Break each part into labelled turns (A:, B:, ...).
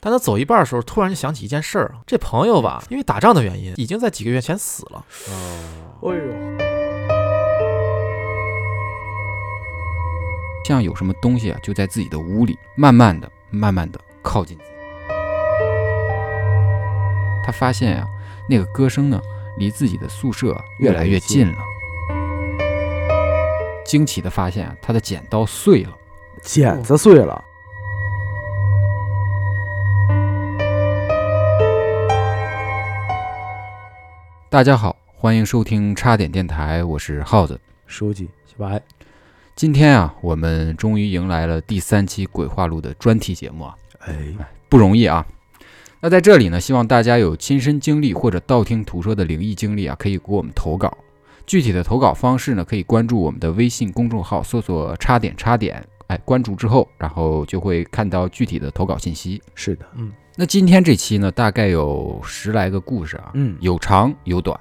A: 但他走一半的时候，突然就想起一件事儿，啊这朋友吧，因为打仗的原因，已经在几个月前死了。
B: 哎呦，
C: 像有什么东西啊，就在自己的屋里，慢慢的、慢慢的靠近自己。他发现啊，那个歌声呢，离自己的宿舍啊越来越近了。惊奇的发现啊，他的剪刀碎了。
B: 剪子碎了，
C: 大家好，欢迎收听叉点电台，我是耗子。
B: 书记小白，
C: 今天啊，我们终于迎来了第三期《鬼话录》的专题节目啊，
B: 哎，
C: 不容易啊。那在这里呢，希望大家有亲身经历或者道听途说的灵异经历啊，可以给我们投稿。具体的投稿方式呢，可以关注我们的微信公众号，搜索“叉点叉点”，哎，关注之后，然后就会看到具体的投稿信息。
B: 是的，
C: 那今天这期呢，大概有十来个故事啊，
B: 嗯
C: 有长有短，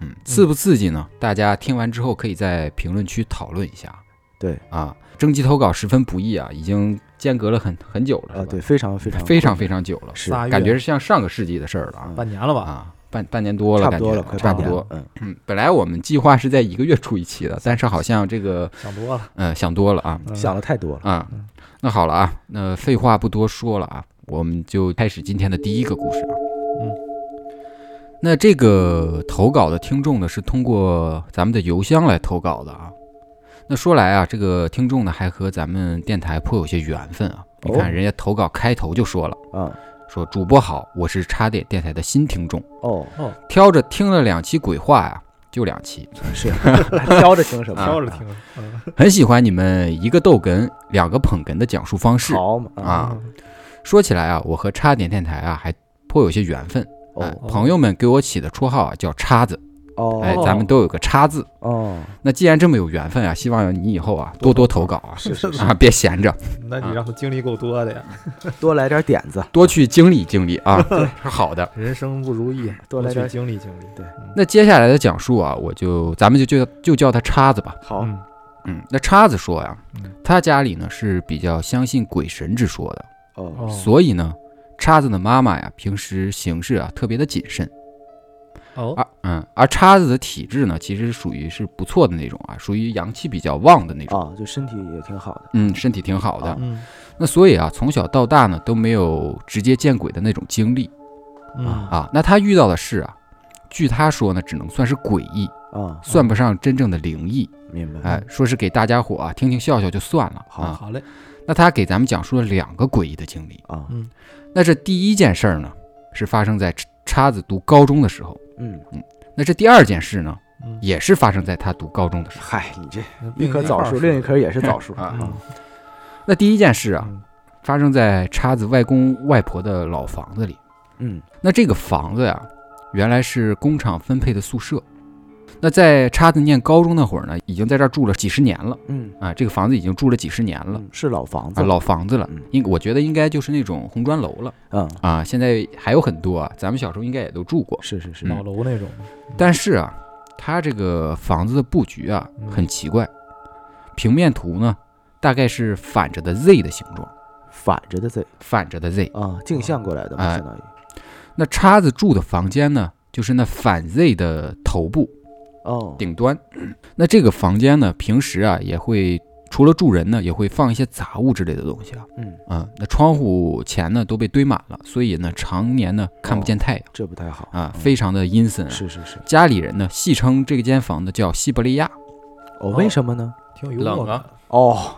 C: 嗯，刺不刺激呢？大家听完之后可以在评论区讨论一下。
B: 对
C: 啊，征集投稿十分不易啊，已经间隔了很很久了
B: 啊，对，
C: 是吧
B: 非常非常
C: 非常非常久了，
B: 是
A: 仨月
C: 感觉是像上个世纪的事儿了啊
B: 嗯
A: 半年了吧？
C: 啊，半半年多了，
B: 差不
C: 感
B: 多
C: 觉
B: 了，快
C: 差
B: 半
C: 不
B: 年
C: 多
B: 了，。嗯，
C: 嗯，本来我们计划是在一个月出一期的，但是好像这个
A: 想多了，
C: 呃想多了啊
A: 嗯
B: 想的太多了，
C: 啊，那好了啊，那废话不多说了啊，我们就开始今天的第一个故事啊。
A: 嗯，
C: 那这个投稿的听众呢，是通过咱们的邮箱来投稿的啊。那说来啊，这个听众呢，还和咱们电台颇有些缘分啊。你
B: 哦
C: 看，人家投稿开头就说了，
B: 嗯，
C: 说主播好，我是插点电台的新听众，
B: 哦，
C: 挑着听了两期鬼话呀、就两期，
B: 是 挑着听什么，
C: 啊
A: 挑着 听。嗯
C: 很喜欢你们一个逗哏，两个捧哏的讲述方式。
B: 好嘛，
C: 啊，说起来啊，我和叉点电台啊还颇有些缘分。哎
B: 哦
C: 朋友们给我起的绰号啊叫叉子，
B: 哦，
C: 哎，咱们都有个叉字。
B: 哦，
C: 那既然这么有缘分啊，希望你以后啊多多投稿啊，
B: 是 是是，
C: 啊别闲着，
A: 那你让他经历够多的呀，
B: 多来点点子，
C: 多去经历经历 啊，是好的。
A: 人生不如意，
B: 多来
A: 去
B: 点
A: 经历经历。
B: 对
A: 嗯，
C: 那接下来的讲述啊，我就咱们就就就叫他叉子吧。
B: 好，
A: 嗯
C: 嗯，那叉子说呀
A: 嗯，
C: 他家里呢是比较相信鬼神之说的，
B: 哦，
A: 哦
C: 所以呢，叉子的妈妈呀平时行事啊特别的谨慎。
A: 哦
C: 而嗯，而叉子的体质呢，其实属于是不错的那种啊，属于阳气比较旺的那
A: 哦
C: 种，
B: 啊，就身体也挺好的，
C: 嗯，身体挺好的。
A: 嗯
C: 那所以啊，从小到大呢都没有直接见鬼的那种经历
A: 嗯
C: 啊。那他遇到的事啊，据他说呢，只能算是诡异，
B: 啊，嗯
C: 算
A: 哦
C: 不上真正的灵异。
B: 明白，
C: 哎，说是给大家伙啊听听笑笑就算了
B: 好
C: 啊。
A: 好嘞，
C: 那他给咱们讲述了两个诡异的经历。
B: 啊，
C: 那这第一件事儿呢，是发生在叉叉子读高中的时候。
B: 嗯，
C: 那这第二件事呢，
A: 嗯
C: 也是发生在他读高中的时候。
B: 嗨，你这一
A: 另
B: 棵枣
A: 半
B: 树，
A: 儿
B: 另一棵也是枣树
C: 啊
A: 嗯
C: 那第一件事啊，
A: 嗯
C: 发生在叉子外公外婆的老房子里。
B: 嗯，
C: 那这个房子呀、原来是工厂分配的宿舍。那在叉子念高中那会儿呢，已经在这儿住了几十年了
B: 嗯
C: 啊，这个房子已经住了几十年了
B: 嗯，是老房子
C: 啊，，老房子了
B: 嗯，
C: 应我觉得应该就是那种红砖楼了
B: 嗯，
C: 啊。现在还有很多啊，咱们小时候应该也都住过。
B: 是是是，
A: 老楼那种，
C: 但是啊，它这个房子的布局啊
A: 嗯
C: 很奇怪，平面图呢大概是反着的 Z 的形状，
B: 反着的 Z
C: 反着的 Z。
B: 啊，镜像过来的嘛，
C: 哎
B: 相当于，
C: 那叉子住的房间呢，就是那反 Z 的头部
B: 哦，
C: 顶端。 那这个房间呢，平时啊也会除了住人呢，也会放一些杂物之类的东西啊。
B: 嗯，
C: 啊、那窗户前呢都被堆满了，所以呢常年呢看不见太阳、
B: 这不太好嗯
C: 啊，非常的阴森、啊。
B: 是是是，
C: 家里人呢戏称这间房子叫西伯利亚。
B: 哦，为什么呢？
A: 挺有幽默
C: 冷啊
A: 感。
B: 哦，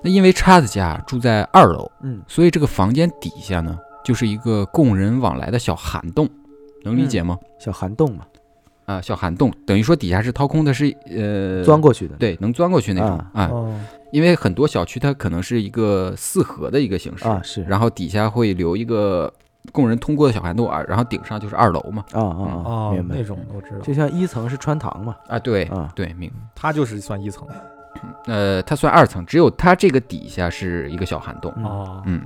C: 那因为叉子家住在二楼，
B: 嗯，
C: 所以这个房间底下呢就是一个供人往来的小涵洞，能理解吗？
B: 小涵洞嘛，
C: 啊，小涵洞等于说底下是掏空的是，呃，
B: 钻过去的，，
C: 对，能钻过去那种
B: 啊
C: 啊，
A: 哦，
C: 因为很多小区它可能是一个四合的一个形式，
B: 啊是，
C: 然后底下会留一个供人通过的小涵洞啊，然后顶上就是二楼嘛。
B: 啊啊
C: 嗯
B: 啊，
A: 哦
B: 明，白
A: 那，种我知道，
B: 就像一层是穿堂嘛，
C: 啊，对
B: 啊，
C: 对，明，
A: 它就是算一层
C: 呃，它算二层，只有它这个底下是一个小涵洞。
B: 嗯
A: 哦，
C: 嗯，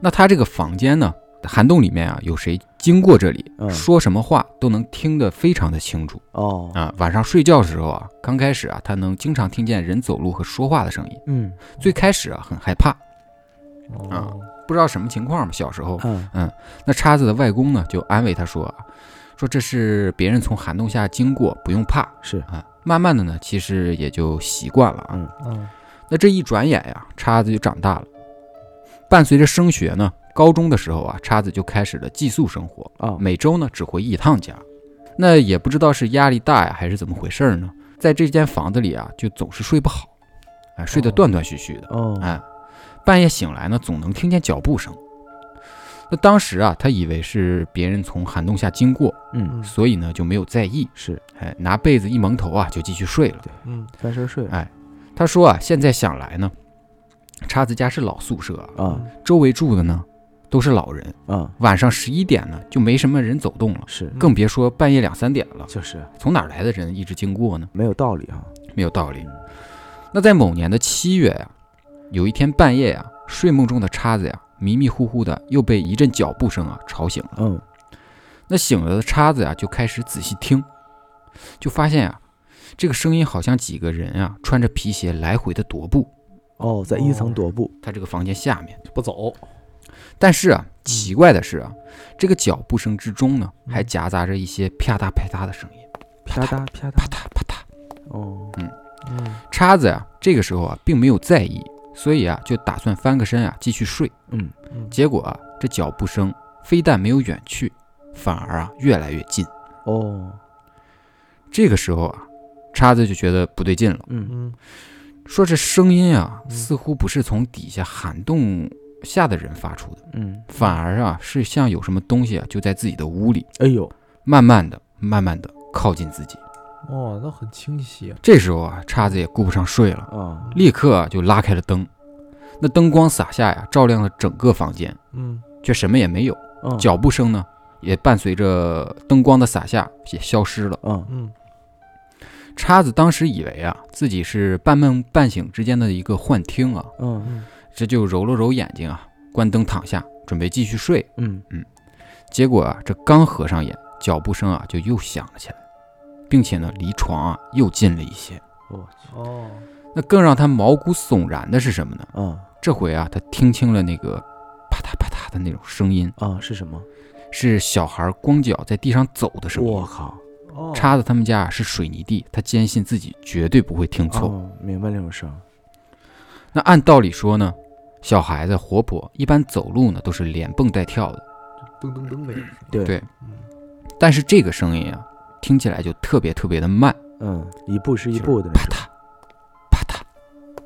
C: 那它这个房间呢，涵洞里面啊，有谁经过这里，
B: 嗯
C: 说什么话都能听得非常的清楚
B: 哦，
C: 啊。晚上睡觉的时候啊，刚开始啊，他能经常听见人走路和说话的声音，
B: 嗯，
C: 最开始啊很害怕，
A: 哦
C: 啊不知道什么情况嘛，小时候。
B: 嗯
C: 那叉子的外公呢，就安慰他说啊，说这是别人从涵洞下经过，不用怕
B: 是，
C: 啊。慢慢的呢，其实也就习惯了啊。
B: 嗯
A: 嗯
C: 那这一转眼呀、叉子就长大了。伴随着升学呢，高中的时候啊，叉子就开始了寄宿生活，
B: 哦，
C: 每周呢只回一趟家。那也不知道是压力大呀，还是怎么回事儿呢？在这间房子里啊，就总是睡不好，啊，睡得
A: 哦
C: 断断续续的。
B: 哦，
C: 哎，半夜醒来呢，总能听见脚步声。那当时啊，他以为是别人从涵洞下经过，
B: 嗯，
C: 所以呢就没有在意。
B: 是
C: 哎，拿被子一蒙头啊，就继续睡了。
A: 嗯
B: 翻身睡了
C: 哎他说啊，现在想来呢，叉子家是老宿舍
B: 啊
C: 啊，
A: 嗯
C: 周围住的呢都是老人，
B: 啊，
C: 晚上十一点呢就没什么人走动了，
B: 是，
C: 更别说半夜两三点了。
B: 就是
C: 从哪儿来的人一直经过呢？
B: 没有道理啊哈。
C: 没有道理。那在某年的七月呀、有一天半夜呀、睡梦中的叉子呀、迷迷糊糊的又被一阵脚步声啊吵醒了。
B: 嗯，
C: 那醒了的叉子呀、就开始仔细听，就发现呀、这个声音好像几个人啊穿着皮鞋来回的踱步，
B: 哦，在一层踱步，
C: 他这个房间下面。
A: 不走，
C: 但是啊，奇怪的是啊，这个脚步声之中呢，还
A: 嗯
C: 夹杂着一些啪嗒啪嗒的声音，
B: 啪嗒啪
C: 啪
B: 嗒，
C: 嗒啪嗒。
B: 哦，
A: 嗯
C: 叉子呀、这个时候啊，并没有在意，所以啊，就打算翻个身啊，继续睡。
B: 嗯，
A: 嗯，
C: 结果啊，这脚步声非但没有远去，反而啊越来越近。
B: 哦，
C: 这个时候啊，叉子就觉得不对劲了，
B: 嗯，
A: 嗯
C: 说这声音啊
A: 嗯
C: 似乎不是从底下涵洞下的人发出的，
B: 嗯，
C: 反而啊是像有什么东西啊就在自己的屋里，
B: 哎呦，
C: 慢慢的、慢慢的靠近自己。
A: 哦，那很清晰，
C: 这时候啊，叉子也顾不上睡了，
B: 啊，
C: 立刻啊就拉开了灯，那灯光洒下呀，照亮了整个房间，
A: 嗯
C: 却什么也没有。
B: 嗯，
C: 脚步声呢，也伴随着灯光的洒下也消失了。
B: 嗯，
A: 嗯
C: 叉子当时以为啊，自己是半梦半醒之间的一个幻听啊，
B: 嗯，
A: 嗯
C: 这就揉了揉眼睛啊，关灯躺下，准备继续睡。
B: 嗯，
C: 结果啊，这刚合上眼，脚步声啊就又响了起来，并且呢，离床啊又近了一些。
B: 我去，
A: 哦，
C: 那更让他毛骨悚然的是什么呢？
B: 啊
C: 这回啊，他听清了那个啪嗒啪嗒的那种声音，
B: 啊，是什么？
C: 是小孩光脚在地上走的声音。
B: 我靠，
A: 哦，
C: 叉子他们家啊是水泥地，他坚信自己绝对不会听错。
B: 哦，明白那种声，
C: 那按道理说呢，小孩子活泼，一般走路呢都是连蹦带跳的，
A: 噔噔噔的也是，
B: 对
C: 对
A: 嗯
C: 但是这个声音啊，听起来就特别特别的慢，
B: 嗯，一步是一
C: 就是
B: 步的那
C: 啪
B: 种，
C: 嗒，啪嗒，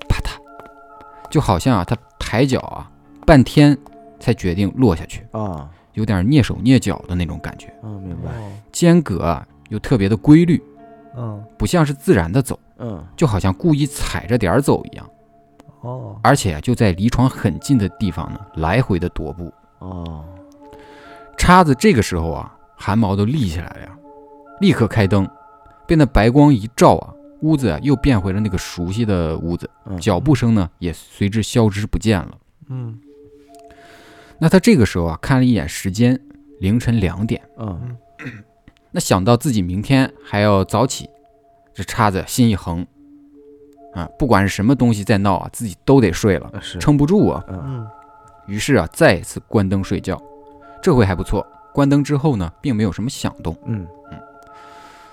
C: 啪嗒，就好像啊，他抬脚啊半天才决定落下去，
B: 啊，
C: 有点蹑手蹑脚的那种感觉，
B: 嗯，明白，
A: 哦
C: 间隔啊又特别的规律，
A: 嗯
C: 不像是自然的走，
B: 嗯，
C: 就好像故意踩着点儿走一样。
A: 哦，
C: 而且啊就在离床很近的地方呢，来回的踱步。
B: 哦，
C: 叉子这个时候啊，汗毛都立起来了呀，立刻开灯，被那白光一照啊，屋子啊又变回了那个熟悉的屋子，
B: 嗯，
C: 脚步声呢也随之消失不见了。
A: 嗯
C: 那他这个时候啊，看了一眼时间，凌晨两点。
B: 嗯，
C: 那想到自己明天还要早起，这叉子心一横，啊，不管是什么东西在闹啊，自己都得睡了，
B: 啊是，
C: 撑不住啊。
B: 嗯，
A: 嗯
C: 于是啊，再一次关灯睡觉。这回还不错，关灯之后呢，并没有什么响动。
B: 嗯，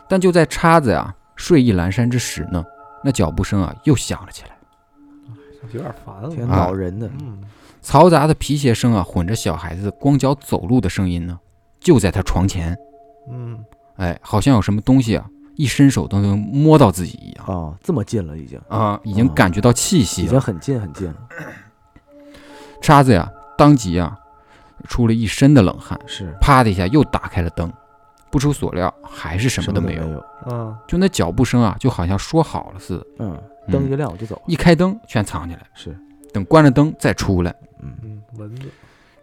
C: 但就在叉子啊睡意阑珊之时呢，那脚步声啊又响了起来，
A: 有点烦了，
B: 挺
C: 啊
B: 恼人的，
A: 嗯
C: 嘈杂的皮鞋声啊，混着小孩子光脚走路的声音呢，就在他床前。
A: 嗯
C: 哎，好像有什么东西啊，一伸手都能摸到自己一样
B: 哦，这么近了已经，
C: 啊，已经感觉到气
B: 哦
C: 息
B: 已经
C: 了。
B: 很近很近了，
C: 叉子呀、当即啊出了一身的冷汗，
B: 是，
C: 啪的一下又打开了灯，不出所料还是什么都没有。
B: 有，
A: 嗯
C: 就那脚步声啊，就好像说好了似的，
B: 嗯，
C: 嗯
B: 灯一亮我就走，
C: 一开灯全藏起来，
B: 是，
C: 等关了灯再出来。
B: 嗯，
A: 嗯，蚊子，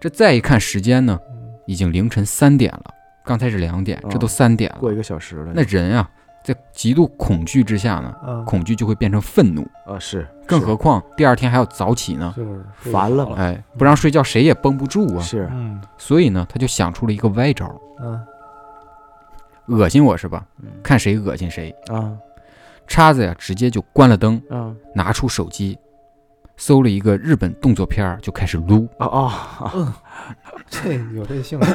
C: 这再一看时间呢，
A: 嗯
C: 已经凌晨三点了，刚才是两点，这都
B: 哦
C: 三点了。
B: 过一个小时了，
C: 那人啊，在极度恐惧之下呢，
A: 啊，
C: 恐惧就会变成愤怒，
B: 啊是，
C: 更
B: 是
C: 何况第二天还要早起呢。
A: 就是
B: 烦了
A: 嘛，
C: 哎，不让睡觉谁也绷不住啊。
B: 是，
A: 嗯
C: 所以呢，他就想出了一个歪招，
A: 嗯
C: 恶心我是吧？
B: 嗯
C: 看谁恶心谁。
B: 啊
C: 叉子呀，直接就关了灯，
B: 啊
C: 拿出手机，搜了一个日本动作片儿就开始撸。
B: 哦哦，
A: 这有这兴趣，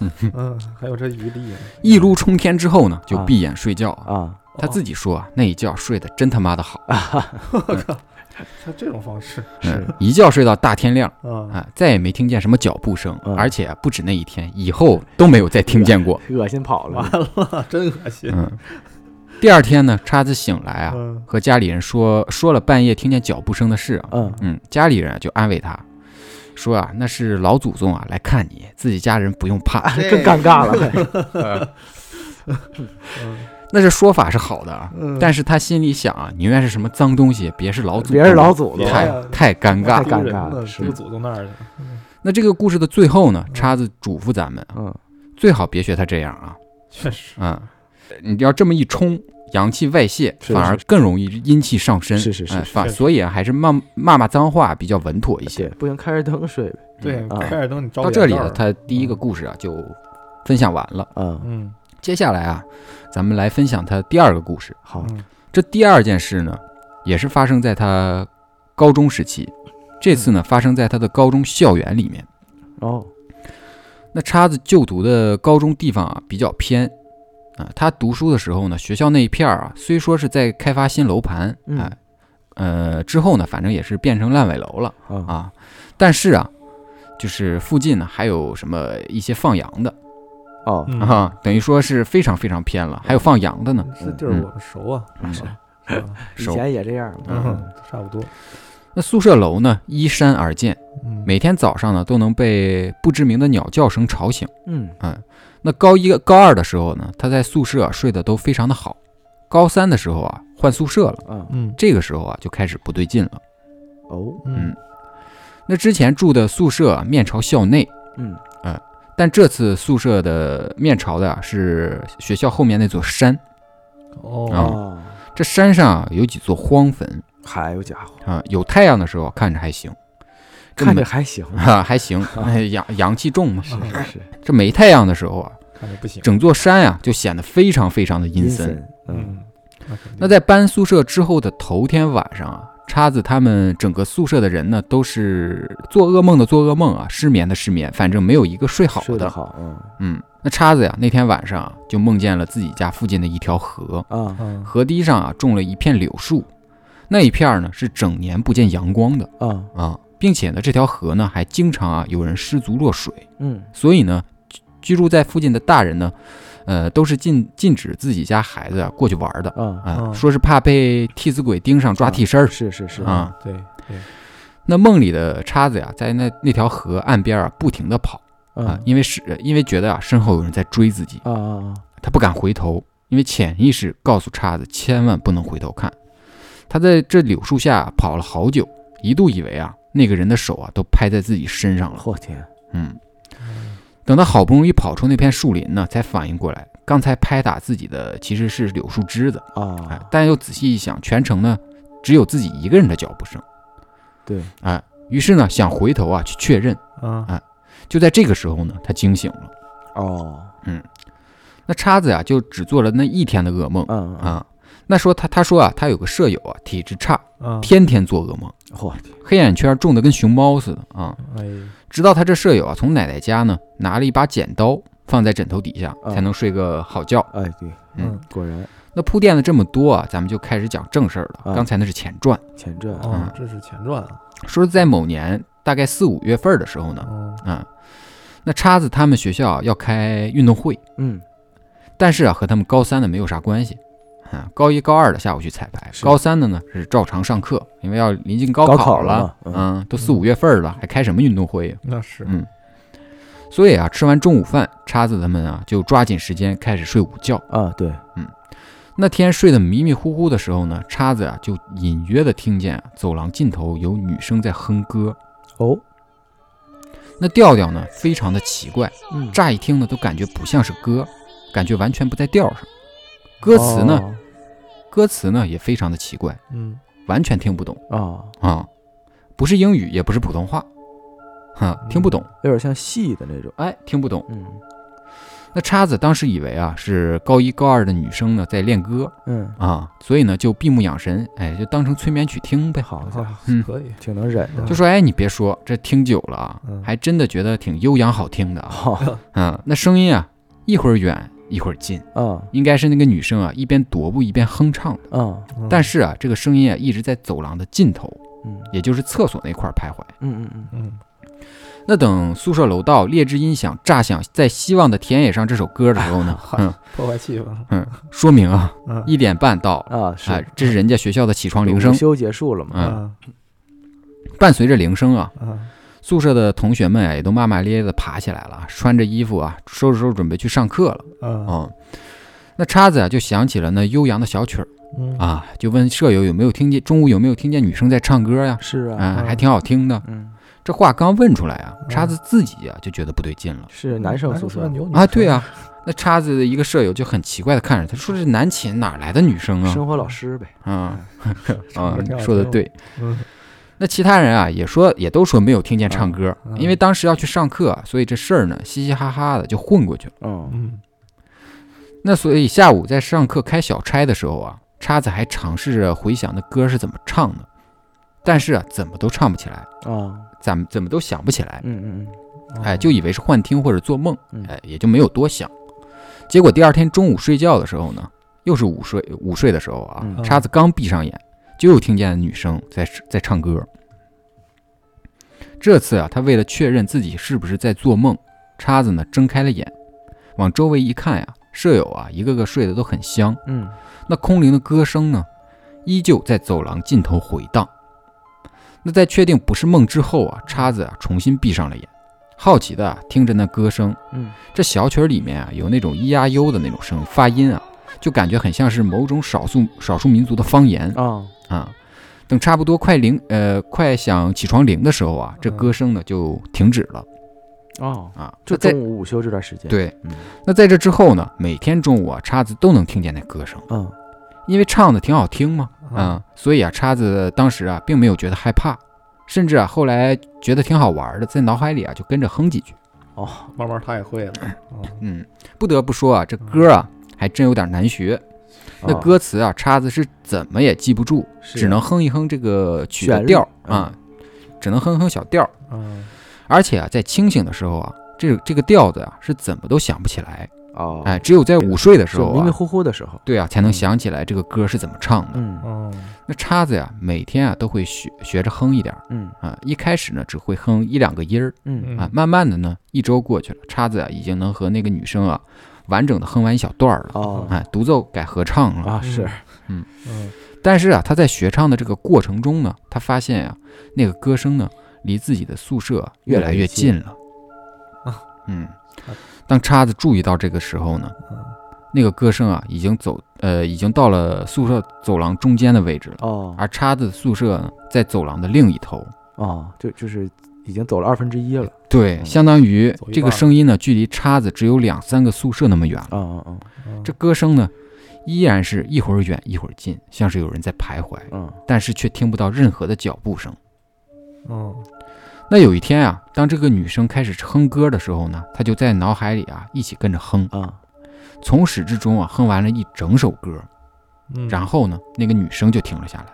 A: 嗯，还有这余力，
C: 一撸冲天之后呢，就闭眼睡觉。
B: 啊，
A: 哦
C: 他自己说啊，那一觉睡得真他妈的好，
A: 他这种方式
C: 嗯，一觉睡到大天亮
A: 啊，
C: 啊，再也没听见什么脚步声，
B: 嗯
C: 而且啊不止那一天，以后都没有再听见过。
B: 恶心跑了
A: 完，了， 真恶心。
C: 哎嗯，第二天呢，叉子醒来啊，
A: 嗯
C: 和家里人说说了半夜听见脚步声的事啊，
B: 嗯
C: 嗯，家里人啊就安慰他，说啊那是老祖宗啊来看你，自己家人不用怕。
A: 啊
B: 更尴尬了，
C: 那这说法是好的啊，
A: 嗯，
C: 但是他心里想啊，宁愿是什么脏东西，别是老祖宗，
B: 别是老祖宗
A: 别，
C: 太
A: 呀
C: 太尴尬
B: 太尴
C: 了。
B: 尬了
A: 是
B: 是
A: 祖宗那儿去了。
C: 那这个故事的最后呢，叉子嘱咐咱们，
B: 嗯
C: 最好别学他这样啊，
A: 确实，
C: 啊、你要这么一冲，阳气外泄，
B: 是
C: 反而更容易阴气上升。
B: 是是是
C: 哎
B: 是
C: 反
A: 是
C: 所以啊还是骂骂骂脏话比较稳妥一些
B: 对。，不行，开着灯睡呗，
A: 对，
B: 啊
A: 开着灯你照
C: 嗯到这里
A: 眼罩
C: 呢，
A: 儿，
C: 他第一个故事啊就分享完了。
B: 嗯，
A: 嗯，
C: 接下来啊，咱们来分享他第二个故事。
B: 好，
A: 嗯
C: 这第二件事呢，也是发生在他高中时期。这次呢，发生在他的高中校园里面。
B: 哦，
C: 那叉子就读的高中地方啊比较偏，啊，他读书的时候呢，学校那一片儿啊，虽说是在开发新楼盘，
B: 嗯
C: 哎，呃，之后呢，反正也是变成烂尾楼了
B: 啊，
C: 啊，但是啊，就是附近呢还有什么一些放羊的
B: 哦，
A: 嗯
C: 啊，等于说是非常非常偏了，还有放羊的呢，
A: 这地儿我们熟啊，
C: 嗯
A: 是吧
B: 以
C: 手
B: 前也这样嘛，
A: 嗯，差不多，
C: 那宿舍楼呢依山而建，
A: 嗯，
C: 每天早上呢都能被不知名的鸟叫声吵醒。
B: 嗯，
C: 那高一、高二的时候呢，他在宿舍啊睡得都非常的好。高三的时候啊，换宿舍了，
B: 啊，
A: 嗯
C: 这个时候啊就开始不对劲了。
B: 哦，
A: 嗯
C: 那之前住的宿舍啊面朝校内，
B: 嗯，
C: 但这次宿舍的面朝的啊是学校后面那座山，嗯
A: 哦，
B: 哦，
C: 这山上啊有几座荒坟
B: 好家伙，
C: 啊，有太阳的时候看着还行，这
B: 看
C: 没
B: 着还行，
C: 啊还行，哎阳阳气重嘛。
A: 是
B: 是是，
C: 这没太阳的时候啊，
A: 看着不行，
C: 整座山呀、就显得非常非常的阴森。
B: 森，嗯，
A: 嗯，那肯定
C: 那在搬宿舍之后的头天晚上啊，叉子他们整个宿舍的人呢，都是做噩梦的做噩梦啊，失眠的失眠，反正没有一个睡好
B: 睡
C: 的。
B: 得好，嗯
C: 嗯，那叉子呀，那天晚上啊，就梦见了自己家附近的一条河，
B: 啊
A: 嗯
C: 河堤上啊种了一片柳树，那一片儿呢是整年不见阳光的
B: 啊，
C: 啊，并且呢这条河呢还经常啊有人失足落水，
B: 嗯，
C: 所以呢居居住在附近的大人呢，呃都是禁禁止自己家孩子啊过去玩的。
B: 啊，
C: 啊，
A: 嗯
C: 说是怕被替死鬼盯上抓替身儿。
B: 是是是，
C: 啊，
A: 对对，
C: 那梦里的叉子呀，在那那条河岸边啊，不停地跑啊
B: 啊，
C: 因为是因为觉得啊，身后有人在追自己，
B: 啊啊，
C: 他不敢回头，因为潜意识告诉叉子千万不能回头看。他在这柳树下跑了好久，一度以为啊，那个人的手啊都拍在自己身上了。
B: 我天，
C: 嗯，等他好不容易跑出那片树林呢，才反应过来，刚才拍打自己的其实是柳树枝子。哎
B: 啊，，
C: 但又仔细一想，全程呢只有自己一个人的脚步声。
B: 对，
C: 哎，于是呢想回头啊去确认。
A: 啊
C: 就在这个时候呢，他惊醒了。
B: 哦，
C: 啊那叉子呀、就只做了那一天的噩梦
B: 嗯啊，
C: 啊。那说他他说啊，他有个舍友啊，体质差，
A: 啊，
C: 天天做噩梦，
B: 我天，
C: 黑眼圈重的跟熊猫似的啊。
A: 哎，
C: 直到他这舍友啊从奶奶家呢拿了一把剪刀放在枕头底下，
B: 嗯
C: 才能睡个好觉。
B: 哎对，
A: 嗯，
B: 果然
C: 那铺垫了这么多啊，咱们就开始讲正事儿了。
B: 嗯
C: 刚才那是前传，
B: 前传，
A: 哦，这是前传啊，
C: 说是在某年大概四五月份的时候呢，
A: 嗯
C: 啊，那叉子他们学校要开运动会，
B: 嗯，
C: 但是啊和他们高三的没有啥关系，啊，高一高二的下午去彩排，
B: 是
C: 高三的呢是照常上课，因为要临近高
B: 高
C: 考
B: 考了嘛
C: 嗯，都四五月份了，还开什么运动会呀？
A: 那是
C: 嗯，所以啊，吃完中午饭，叉子他们啊就抓紧时间开始睡午觉。
B: 啊对，
C: 那天睡得迷迷糊糊的时候呢，叉子啊就隐约的听见啊走廊尽头有女生在哼歌，
B: 哦，
C: 那调调呢非常的奇怪。
B: 嗯，
C: 乍一听呢，都感觉不像是歌，感觉完全不在调上。歌词呢，
B: 哦
C: 歌词呢也非常的奇怪，
A: 嗯
C: 完全听不懂
B: 哦？啊，
C: 啊，不是英语，也不是普
B: 嗯
C: 通话，哈、听不懂，
B: 有点像戏的那种，
C: 哎，听不懂。
B: 嗯
C: 那叉子当时以为啊是高一高二的女生呢在练歌
B: 嗯，
C: 啊，所以呢就闭目养神，哎，就当成催眠曲听呗。
B: 好家伙，
C: 嗯
A: 可以，
B: 挺能忍的，
C: 就说哎，你别说，这听久了啊
B: 嗯，哦
C: 还真的觉得挺悠扬好听的 啊。
B: 好
C: 嗯，那声音啊，一会儿远一会儿近，
B: 啊
C: 应该是那个女生啊一边踱步一边哼唱的。
B: 啊，
A: 嗯
C: 但是啊，这个声音啊一直在走廊的尽头，
B: 嗯
C: 也就是厕所那块儿徘徊。
B: 嗯嗯
A: 嗯，
C: 那等宿舍楼道劣质音响炸响在《希望的田野上》这首歌的时候呢，嗯，
A: 破坏气氛，
C: 说明啊，
A: 嗯
C: 一点半到了，
B: 嗯啊，
C: 哎
B: 是，
C: 这是人家学校的起床铃
B: 午
C: 声。
B: 休结束了嘛？
C: 嗯，
A: 嗯
C: 伴随着铃声啊，
A: 嗯
C: 宿舍的同学们啊也都骂骂咧咧的爬起来了，穿着衣服啊，收拾收拾准备去上课了。
A: 嗯
C: 哦，那叉子啊就想起了那悠扬的小曲儿
A: 嗯，
C: 啊，就问舍友有没有听见中午有没有听见女生在唱歌呀？
B: 是啊，
C: 啊，还挺好听的。
B: 嗯，
C: 这话刚问出来啊，叉子自己啊就觉得不对劲了
B: 是男生宿舍
A: 牛
C: 啊，对，啊。那叉子的一个舍友就很奇怪的看着他，说：“这男寝哪来的女生啊
B: 生活老师呗，？”
C: 啊，
A: 唱
C: 啊
A: 歌挺，好
C: 说的
A: 听
C: 对。
A: 嗯
C: 那其他人啊也说，也都说没有听见唱歌，
A: 嗯嗯
C: 因为当时要去上课，所以这事儿呢嘻嘻哈哈的就混过去了。
B: 嗯
A: 嗯
C: 那所以下午在上课开小差的时候啊，叉子还尝试着回想那歌是怎么唱的，但是啊，怎么都唱不起来，
B: 啊，
C: 怎么怎么都想不起来，
B: 嗯嗯
C: 哎，就以为是幻听或者做梦，
B: 嗯
C: 哎，也就没有多想。结果第二天中午睡觉的时候呢，又是午睡午睡的时候啊，
B: 嗯
C: 叉子刚闭上眼，就又听见女生在在唱歌。这次啊，他为了确认自己是不是在做梦，叉子呢睁开了眼，往周围一看呀、舍友啊一个个睡得都很香，
B: 嗯
C: 那空灵的歌声呢，依旧在走廊尽头回荡。那在确定不是梦之后啊，叉子啊重新闭上了眼，好奇的、啊、听着那歌声。
B: 嗯
C: 这小曲儿里面啊有那种咿呀呦的那种声发音啊，就感觉很像是某种少数少数民族的方言
B: 嗯啊，
C: 啊。等差不多快铃呃快响起床铃的时候啊，这歌声呢就停止了
B: 哦，
C: 啊。
B: 就
C: 那在
B: 中午午休这段时间，，
C: 对，
B: 嗯
C: 那在这之后呢，每天中午啊，叉子都能听见那歌声，
B: 嗯
C: 因为唱的挺好听嘛。
A: 啊
C: 啊、所以啊，叉子当时啊，并没有觉得害怕，甚至啊，后来觉得挺好玩的，在脑海里啊就跟着哼几句。
B: 哦，
A: 慢慢他也会了， 嗯
C: 嗯，不得不说啊，这歌啊还真有点难学，那
B: 啊
C: 歌词啊，叉子是怎么也记不住，
B: 是
C: 只能哼一哼这个曲
B: 旋
C: 的
B: 律
C: 调儿啊，只能哼哼小调儿。
A: 嗯
C: 而且啊，在清醒的时候啊，这这个调子啊是怎么都想不起来，
B: 哦，
C: 哎，只有在午睡的时
B: 是
C: 候
B: 迷迷
C: 啊，
B: 糊糊的时候，
C: 对啊，才能想起来这个歌是怎么唱的。
B: 嗯
A: 嗯
C: 那叉子呀、每天啊都会学学着哼一点儿。
B: 嗯
C: 啊，一开始呢只会哼一两个音儿
B: 嗯
C: 啊，慢慢的呢，一周过去了，叉子啊已经能和那个女生啊完整的哼完一小段儿了，
B: 哦
C: 哎，独奏改合唱了。
B: 啊是
A: 嗯
C: 但是啊，他在学唱的这个过程中呢，他发现啊，那个歌声呢离自己的宿舍啊
B: 越
C: 越
B: 来
C: 来
B: 越
C: 越
B: 近
C: 近了
A: 啊。
C: 嗯
A: 啊，
C: 当叉子注意到这个时候呢，那个歌声啊已经走呃已经到了宿舍走廊中间的位置了，
B: 哦
C: 而叉子的宿舍呢在走廊的另一头。
B: 哦，就就是已经走了二分之一了，
C: 对，
B: 嗯
C: 相当于
A: 走一
C: 这个
A: 半儿
C: 声音呢，距离叉子只有两三个宿舍那么远了。
B: 嗯嗯
A: 嗯，
C: 这歌声呢，依然是一会儿远一会儿近，像是有人在徘徊，
B: 嗯嗯
C: 但是却听不到任何的脚步声。
A: 嗯
C: 那有一天啊，当这个女生开始哼歌的时候呢，她就在脑海里啊一起跟着哼，
B: 啊
C: 从始至终啊哼完了一整首歌。
A: 嗯，
C: 然后呢，那个女生就停了下来。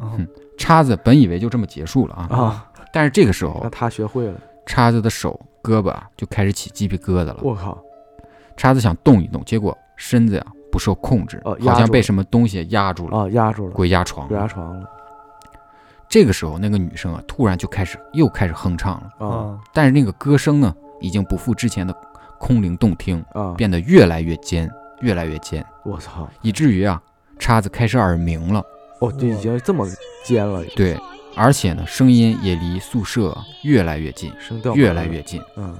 A: 嗯
C: 叉子本以为就这么结束了啊，
B: 啊，
C: 但是这个时
B: 让
C: 候，
B: 他学会了，
C: 叉子的手、胳膊啊就开始起鸡皮疙瘩了。
B: 我靠，
C: 叉子想动一动，结果身子呀、啊不受控制，
B: 哦压住
C: 好像被
B: 了
C: 什么东西压住了，
B: 啊压住了，
C: 鬼压床
B: 鬼
C: 了。
B: 压床了
C: 这个时候，那个女生啊，突然就开始又开始哼唱了，
B: 啊
A: 嗯
C: 但是那个歌声呢，已经不复之前的空灵动听，
B: 啊，
C: 变得越来越尖，越来越尖，
B: 我操，
C: 以至于啊，叉子开始耳鸣了。
B: 哦就已经这么尖了，
C: 对，而且呢，声音也离宿舍越来越近，
B: 声调
C: 越来越近。
B: 嗯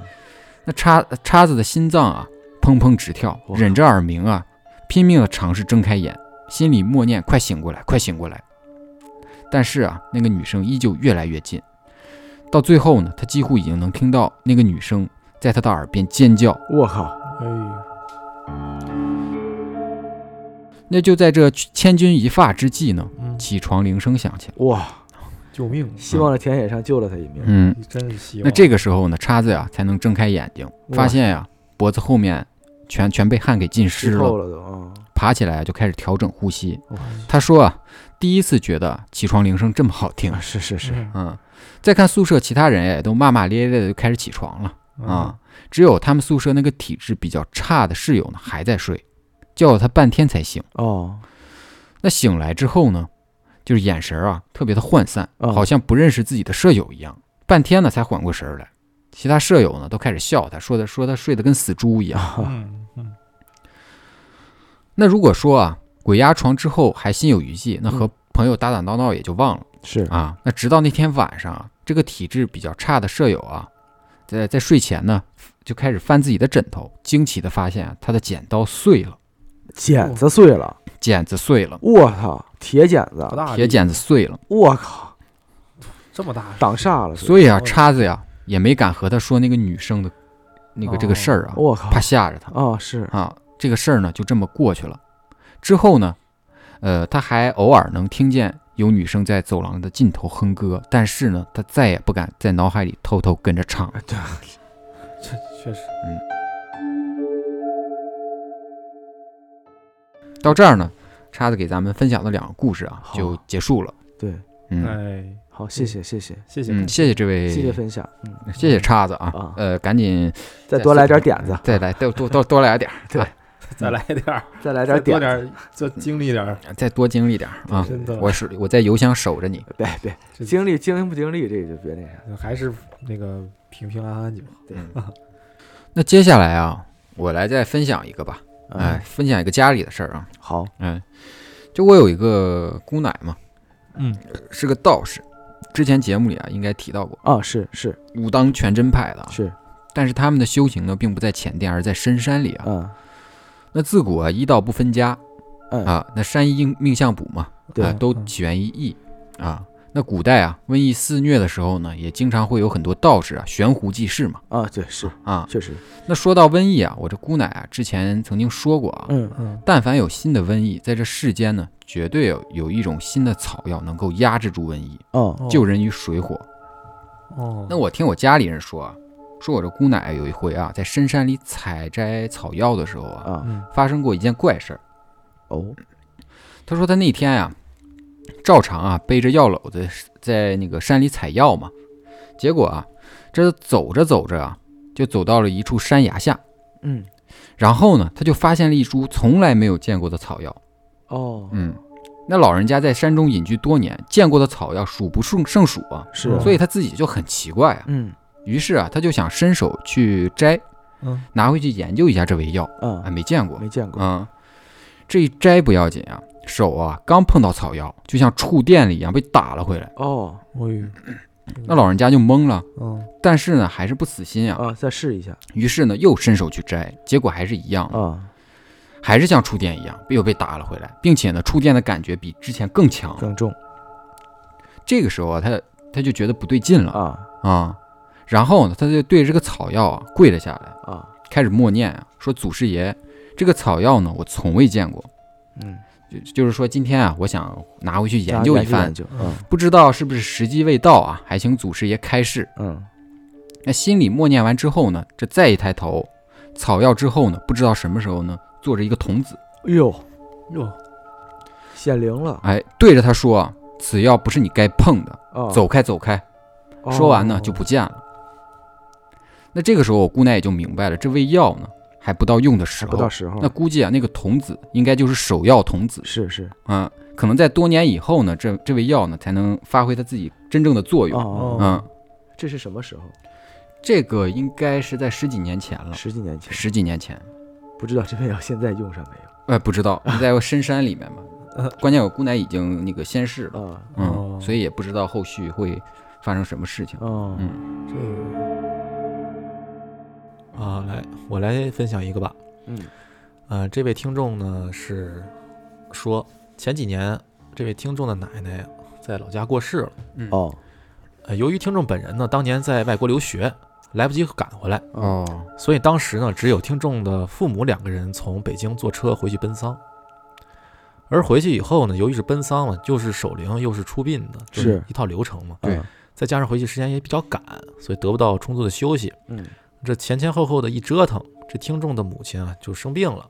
C: 那叉叉子的心脏啊，砰砰直跳，
B: 哇
C: 忍着耳鸣啊，拼命的尝试睁开眼，心里默念：“快醒过来，快醒过来！”但是啊，那个女生依旧越来越近，到最后呢，他几乎已经能听到那个女生在他的耳边尖叫。
B: 我靠，
A: 哎
C: 那就在这千钧一发之际呢，
A: 嗯，
C: 起床铃声响起了。
B: 哇，
A: 救命，
B: 希望的田野上救了他一命，
C: 嗯，
A: 真是希望。
C: 那这个时候呢，叉子呀、才能睁开眼睛，
B: 哇
C: 发现呀、脖子后面全全被汗给浸
B: 湿
C: 湿了
B: 透，了都啊！
C: 爬起来就开始调整呼吸。
B: 我去
C: 他说啊，第一次觉得起床铃声这么好 听
B: 啊，。是是是，
C: 嗯，再看宿舍其他人也都骂骂咧咧的就开始起床了啊、只有他们宿舍那个体质比较差的室友呢还在睡，叫了他半天才醒。
B: 哦，
C: 那醒来之后呢，就是眼神啊特别的涣散，
B: 嗯
C: 好像不认识自己的舍友一样，半天呢才缓过神儿来。其他舍友呢都开始笑他，说他说他睡得跟死猪一样。
A: 嗯嗯
C: 那如果说啊鬼压床之后还心有余悸，那
A: 嗯
C: 和朋友打打闹闹也就忘了。
B: 是
C: 啊，那直到那天晚上啊，这个体质比较差的舍友啊，在在睡前呢，就开始翻自己的枕头，惊奇的发现啊他的剪刀碎了，
B: 剪子碎了，
C: 剪子碎了，
B: 我操，铁剪子
A: 多，大力？
C: 铁剪子碎了，
B: 我靠，
A: 这么大，
B: 挡煞了，是吧
C: 所以啊，
A: 哦
C: 叉子呀也没敢和他说那个女生的那个
A: 哦
C: 这个事儿啊，
B: 我靠
C: 怕吓着他
B: 啊是
C: 啊，这个事儿呢就这么过去了。之后呢，呃，他还偶尔能听见有女生在走廊的尽头哼歌，但是呢，他再也不敢在脑海里偷偷跟着唱。
B: 啊对，
A: 这确实
C: 到这儿呢，叉子给咱们分享的两个故事啊
B: 好
C: 就结束了。
B: 对，
C: 嗯
A: 哎，
B: 好，谢谢谢谢
A: 谢谢
C: 嗯，谢谢这位，
B: 谢谢分享，嗯，
C: 谢谢叉子啊，
B: 啊
C: 呃，赶紧
B: 再多来点点子，
C: 再来多多多多来点儿，
A: 再来点儿，
B: 再来
A: 再
B: 点
A: 多
B: 点
A: 点
B: 子，
A: 儿，再经历点儿，
C: 再多经历点儿 啊。
A: 真的，
C: 我是我在邮箱守着你，
B: 别别，
A: 这
B: 经历经不经历这个就别那啥，
A: 还是那个平平安安就好。
C: 嗯那接下来啊，我来再分享一个吧，
B: 嗯，
C: 哎，分享一个家里的事儿啊，
B: 好，
C: 嗯，就我有一个姑奶嘛，
A: 嗯，
C: 是个道士，之前节目里啊应该提到过，
B: 啊是是
C: 武当全真派的啊，
B: 是，
C: 但是他们的修行呢，并不在前殿，而在深山里啊，
B: 嗯
C: 那自古啊，医道不分家，
B: 嗯
C: 啊，那山医应命相卜嘛，
B: 对
C: 啊，都
A: 嗯
C: 起源于易啊。那古代啊，瘟疫肆虐的时候呢，也经常会有很多道士啊悬壶济世嘛，
B: 啊对是，
C: 啊。
B: 确实，
C: 那说到瘟疫啊，我这姑奶啊之前曾经说过啊，
B: 嗯
A: 嗯，
C: 但凡有新的瘟疫，在这世间呢，绝对有有一种新的草药能够压制住瘟疫，
B: 哦
C: 救人于水火。
A: 哦，
C: 那我听我家里人说啊，说我这姑奶有一回啊，在深山里采摘草药的时候啊，
B: 啊
A: 嗯
C: 发生过一件怪事儿。
B: 哦
C: 他说他那天呀、照常啊背着药篓子在那个山里采药嘛，结果啊这走着走着啊，就走到了一处山崖下，
B: 嗯
C: 然后呢他就发现了一株从来没有见过的草药。
B: 哦
C: 嗯，那老人家在山中隐居多年，见过的草药数不胜胜数啊，
B: 是，
C: 所以他自己就很奇怪啊。
B: 嗯
C: 于是啊他就想伸手去摘，
A: 嗯
C: 拿回去研究一下这味药，啊
B: 嗯
C: 没见过，
B: 没见过，
C: 嗯，这一摘不要紧啊，手啊刚碰到草药，就像触电了一样被打了回来。
B: 哦
A: 我有，
C: 那老人家就懵了，
A: 嗯
C: 但是呢还是不死心啊，
B: 啊再试一下
C: 于是呢又伸手去摘，结果还是一样，
B: 啊
C: 还是像触电一样又被打了回来，并且呢触电的感觉比之前更强。
B: 更重
C: 这个时候啊，他他就觉得不对劲了
B: 啊
C: 啊，然后呢他就对这个草药啊跪了下来，
B: 啊
C: 开始默念啊，说祖师爷，这个草药呢我从未见过，
B: 嗯，
C: 就就是说今天啊我想拿回去研究一番
B: 研。究嗯
C: 不知道是不是时机未到啊，还请祖师爷开示。
B: 嗯
C: 那心里默念完之后呢，这再一抬头，草药之后呢，不知道什么时候呢，坐着一个童子，
B: 哎呦
A: 哟，
B: 显灵了
C: 哎，对着他说啊，此药不是你该碰的，
B: 啊
C: 走开，走开。
B: 哦
C: 说完呢，就不见了。那这个时候，我姑奶也就明白了，这味药呢还不到用的时
B: 还
C: 候，
B: 不到时
A: 嗯
B: 候
C: 那估计啊，那个童子应该就是首药童子
B: 是是
C: 啊，可能在多年以后呢，这这味药呢才能发挥它自己真正的作用。
B: 哦
C: 嗯，
B: 这是什么时候？
C: 这个应该是在十几年前了，
B: 十几年前，
C: 十几年前，
B: 不知道这味药现在用上没有
C: 呃，不 知道，在我深山里面嘛
A: 呃。
C: 关键我姑奶已经那个仙逝了，
B: 啊？
C: 嗯，
A: 哦
C: 所以也不知道后续会发生什么事情。
B: 哦，
C: 嗯，
A: 这个啊，来，我来分享一个吧。
B: 嗯
A: 呃，这位听众呢是说，前几年这位听众的奶奶在老家过世了。
B: 哦
A: 呃，由于听众本人呢当年在外国留学，来不及赶回来，
C: 哦，
A: 所以当时呢只有听众的父母两个人从北京坐车回去奔丧。而回去以后呢，由于是奔丧嘛，又是守灵又是出殡的，就是一套流程嘛。
C: 对
B: 嗯
A: 再加上回去时间也比较赶，所以得不到充足的休息。
B: 嗯
A: 这前前后后的一折腾，这听众的母亲啊就生病了，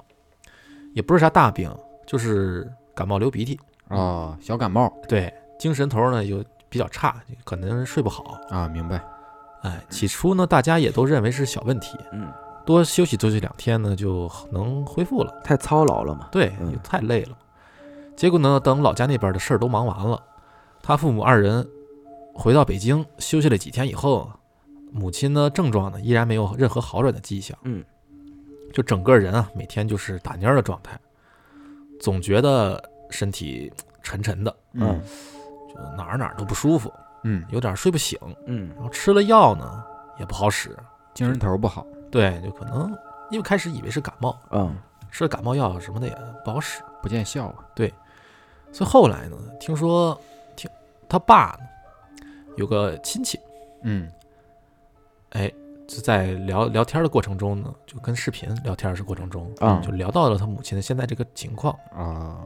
A: 也不是啥大病，就是感冒流鼻涕。
C: 哦，小感冒
A: 对，精神头呢又比较差，可能睡不好。
C: 啊，明白。
A: 哎，起初呢，大家也都认为是小问题，
B: 嗯，
A: 多休息休息两天呢就能恢复了。
B: 太操劳了嘛，
A: 对，
B: 嗯
A: 也太累了。结果呢，等老家那边的事儿都忙完了，他父母二人回到北京休息了几天以后，母亲呢症状呢依然没有任何好转的迹象。
B: 嗯，
A: 就整个人啊，每天就是打蔫儿的状态，总觉得身体沉沉的，
B: 嗯
A: 就哪儿哪儿都不舒服，
C: 嗯，
A: 有点睡不醒。
B: 嗯
A: 然后吃了药呢也不好使，
C: 精神头不好。
A: 对，就可能因为开始以为是感冒，
B: 嗯
A: 吃了感冒药什么的也不好使。
C: 不见效啊。
A: 所以后来呢，听说听他爸呢有个亲戚，
C: 嗯，
A: 哎，就在聊聊天的过程中呢，就跟视频聊天的过程中，
B: 啊
A: 就聊到了他母亲的现在这个情况。
C: 啊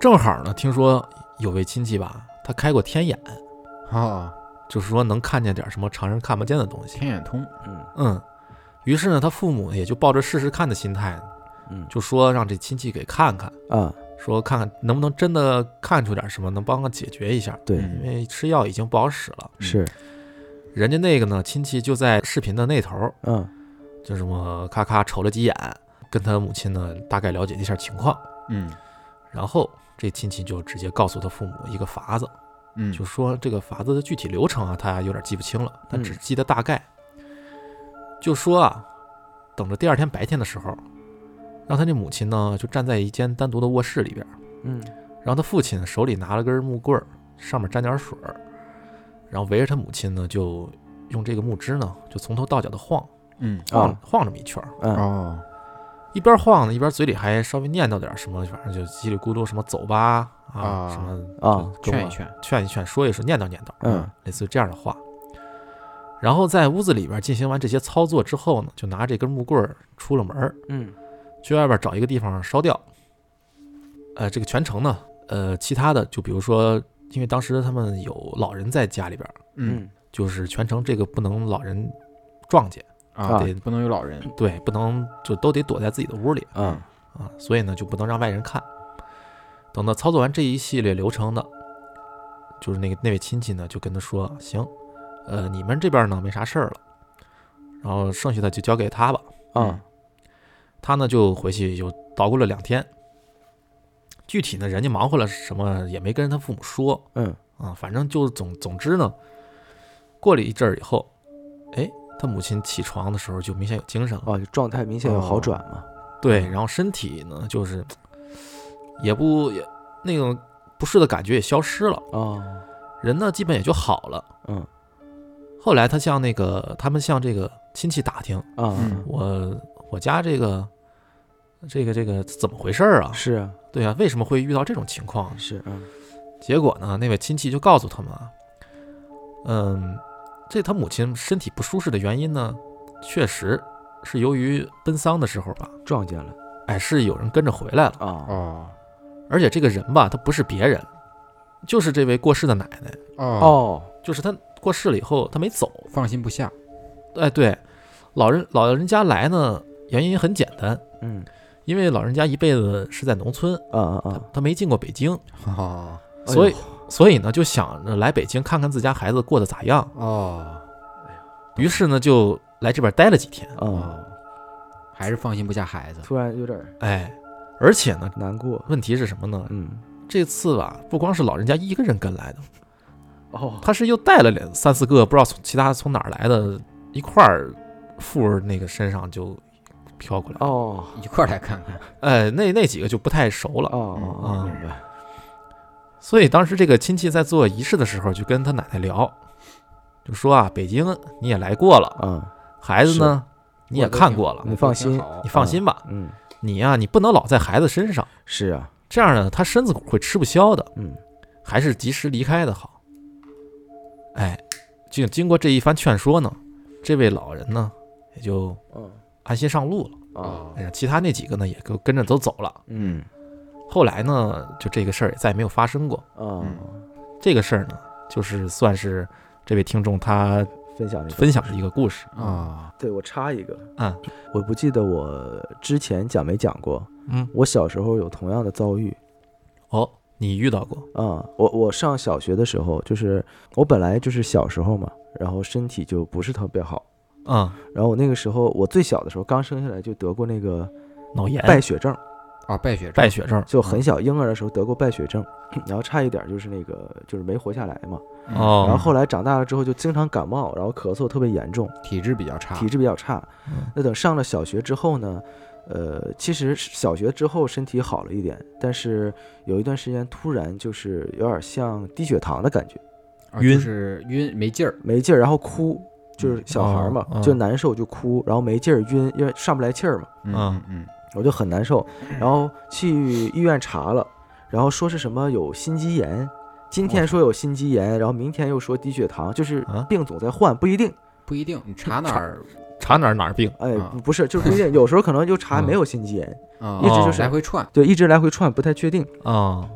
A: 正好呢，听说有位亲戚吧，他开过天眼，
C: 啊，
A: 就是说能看见点什么常人看不见的东西。
C: 天眼通，
B: 嗯
A: 嗯，于是呢，他父母也就抱着试试看的心态，
B: 嗯
A: 就说让这亲戚给看看，
B: 啊，
A: 说看看能不能真的看出点什么，能帮他解决一下，
B: 对，
C: 嗯
A: 因为吃药已经不好使了。
B: 是，
A: 人家那个呢，亲戚就在视频的那头儿，
B: 嗯
A: 就这么咔咔瞅了几眼，跟他母亲呢大概了解了一下情况，
C: 嗯
A: 然后这亲戚就直接告诉他父母一个法子，
C: 嗯，
A: 就是说这个法子的具体流程啊，他有点记不清了，他只记得大概，就说啊，等着第二天白天的时候，让他这母亲呢就站在一间单独的卧室里边，
B: 嗯
A: 然后他父亲手里拿了根木棍儿，上面沾点水儿，然后围着他母亲呢就用这个木枝呢就从头到脚的晃。
C: 嗯
A: 晃、
B: 啊
A: 晃这么一圈儿，
B: 嗯
C: 哦，
A: 一边晃呢，一边嘴里还稍微念叨点儿什么，反正就叽里咕噜什么走吧啊
C: 啊
A: 什么
B: 啊，
A: 就跟
C: 劝
A: 我
C: 一劝，
A: 劝一劝，说一说，念叨念叨，
B: 嗯
A: 类似于这样的话。然后在屋子里边进行完这些操作之后呢，就拿这根木棍儿出了门儿，
B: 嗯
A: 去外边找一个地方烧掉。呃，这个全程呢，呃，其他的就比如说，因为当时他们有老人在家里边儿，
C: 嗯
A: 就是全程这个不能老人撞见，
C: 啊，
B: 啊
C: 得不能有老人，
A: 对，不能就都得躲在自己的屋里。
B: 嗯
A: 啊，所以呢就不能让外人看。等到操作完这一系列流程的，就是那个那位亲戚呢，就跟他说：“行，呃，你们这边呢没啥事儿了，然后剩下的就交给他吧。
B: 啊，
A: 他呢就回去又捣鼓了两天，具体呢人家忙活了什么也没跟他父母说
B: 嗯
A: 啊，反正就总总之呢，过了一阵儿以后，哎，他母亲起床的时候就明显有精神了。
B: 啊，就状态明显有好转嘛，
A: 对，然后身体呢，就是也不也那种不适的感觉也消失了，
B: 哦，
A: 人呢基本也就好了。
B: 嗯
A: 后来他向那个他们向这个亲戚打听，
B: 啊，
A: 我我家这个这个这个怎么回事儿啊？
B: 是啊
A: 对啊，为什么会遇到这种情况？
B: 是啊，
A: 结果呢，那位亲戚就告诉他们啊，嗯，这他母亲身体不舒适的原因呢，确实是由于奔丧的时候吧，
B: 撞见了
A: 哎，是有人跟着回来了。
B: 啊，
C: 哦
A: 而且这个人吧，他不是别人，就是这位过世的奶奶，
C: 哦，
B: 哦，
A: 就是他过世了以后，他没走。
C: 放心不下，
A: 哎，对，老人老人家来呢，原因很简单，
B: 嗯
A: 因为老人家一辈子是在农村，
B: 啊啊
A: 他
B: 啊，
A: 他没进过北京，
C: 哦
B: 哎呦
A: 所以所以呢，就想着来北京看看自家孩子过得咋样。
C: 哦
A: 于是呢，就来这边待了几天。
B: 啊，，
C: 还是放心不下孩子，
B: 突然有点儿
A: 哎，而且呢，
B: 难过，
A: 问题是什么呢？
B: 嗯
A: 这次吧，不光是老人家一个人跟来的，
B: 哦，
A: 他是又带了两三四个不知道从其他从哪儿来的，一块儿附着那个身上就飘过来。
B: 哦
C: 一块儿来看看，
A: 哎，那那几个就不太熟
B: 哦
A: 了，
B: 哦
A: 嗯
B: 哦，明白，
A: 所以当时这个亲戚在做仪式的时候，就跟他奶奶聊，就说啊，北京你也来过了，
B: 啊，
A: 孩子呢你也看过了，
B: 你放
C: 挺
B: 心
C: 好
A: 你放心吧，
B: 嗯，
A: 你呀、你不能老在孩子身上，
B: 是啊，
A: 这样呢他身子骨会吃不消的，
B: 嗯
A: 还是及时离开的好。哎，经经过这一番劝说呢，这位老人呢也就
B: 嗯
A: 安心上路了。
B: 啊，
A: 哎呀，其他那几个呢也都跟着都走了。
B: 嗯
A: 后来呢，就这个事儿也再也没有发生过。
B: 啊，
A: 这个事儿呢，就是算是这位听众他
B: 分享这个
A: 分享是一个故事，
B: 嗯
C: 啊，
B: 对我插一个，
A: 嗯，
B: 我不记得我之前讲没讲过，
A: 嗯，
B: 我小时候有同样的遭遇
A: 哦，你遇到过，
B: 啊、我我上小学的时候，就是我本来就是小时候嘛，然后身体就不是特别好，
A: 嗯，
B: 然后我那个时候我最小的时候刚生下来就得过那个
A: 脑炎、
B: 败血症，
C: 啊，败血症
A: 败血症，
B: 就很小婴儿的时候得过败血症，然后差一点就是那个就是没活下来嘛，
C: 嗯
A: 哦，
B: 然后后来长大了之后就经常感冒，然后咳嗽特别严重。
C: 体质比较
A: 啊
C: 差，
B: 体质比较差。
A: 嗯
B: 那等上了小学之后呢，呃，其实小学之后身体好了一点，但是有一段时间突然就是有点像低血糖的感觉，
C: 啊
A: 晕
C: 就是晕没劲儿，
B: 没劲儿，然后哭，就是小孩儿嘛，
A: 哦哦
B: 就难受就哭，然后没劲儿晕，因为上不来气儿嘛，
C: 嗯
A: 嗯
C: 嗯
B: 我就很难受，然后去医院查了，然后说是什么有心肌炎。今天说有心肌炎，然后明天又说低血糖，就是
A: 啊
B: 病总在换，不一定。
C: 不一定，你查哪儿
A: 查哪儿哪儿病，
B: 哎，
C: 啊
B: 不不是，就是不一定。有时候可能就查
C: 嗯
B: 没有心肌炎，
C: 啊，
B: 一直
A: 就
C: 哦
A: 是
C: 来回窜，
B: 对，一直来回串，不太确定。
A: 啊，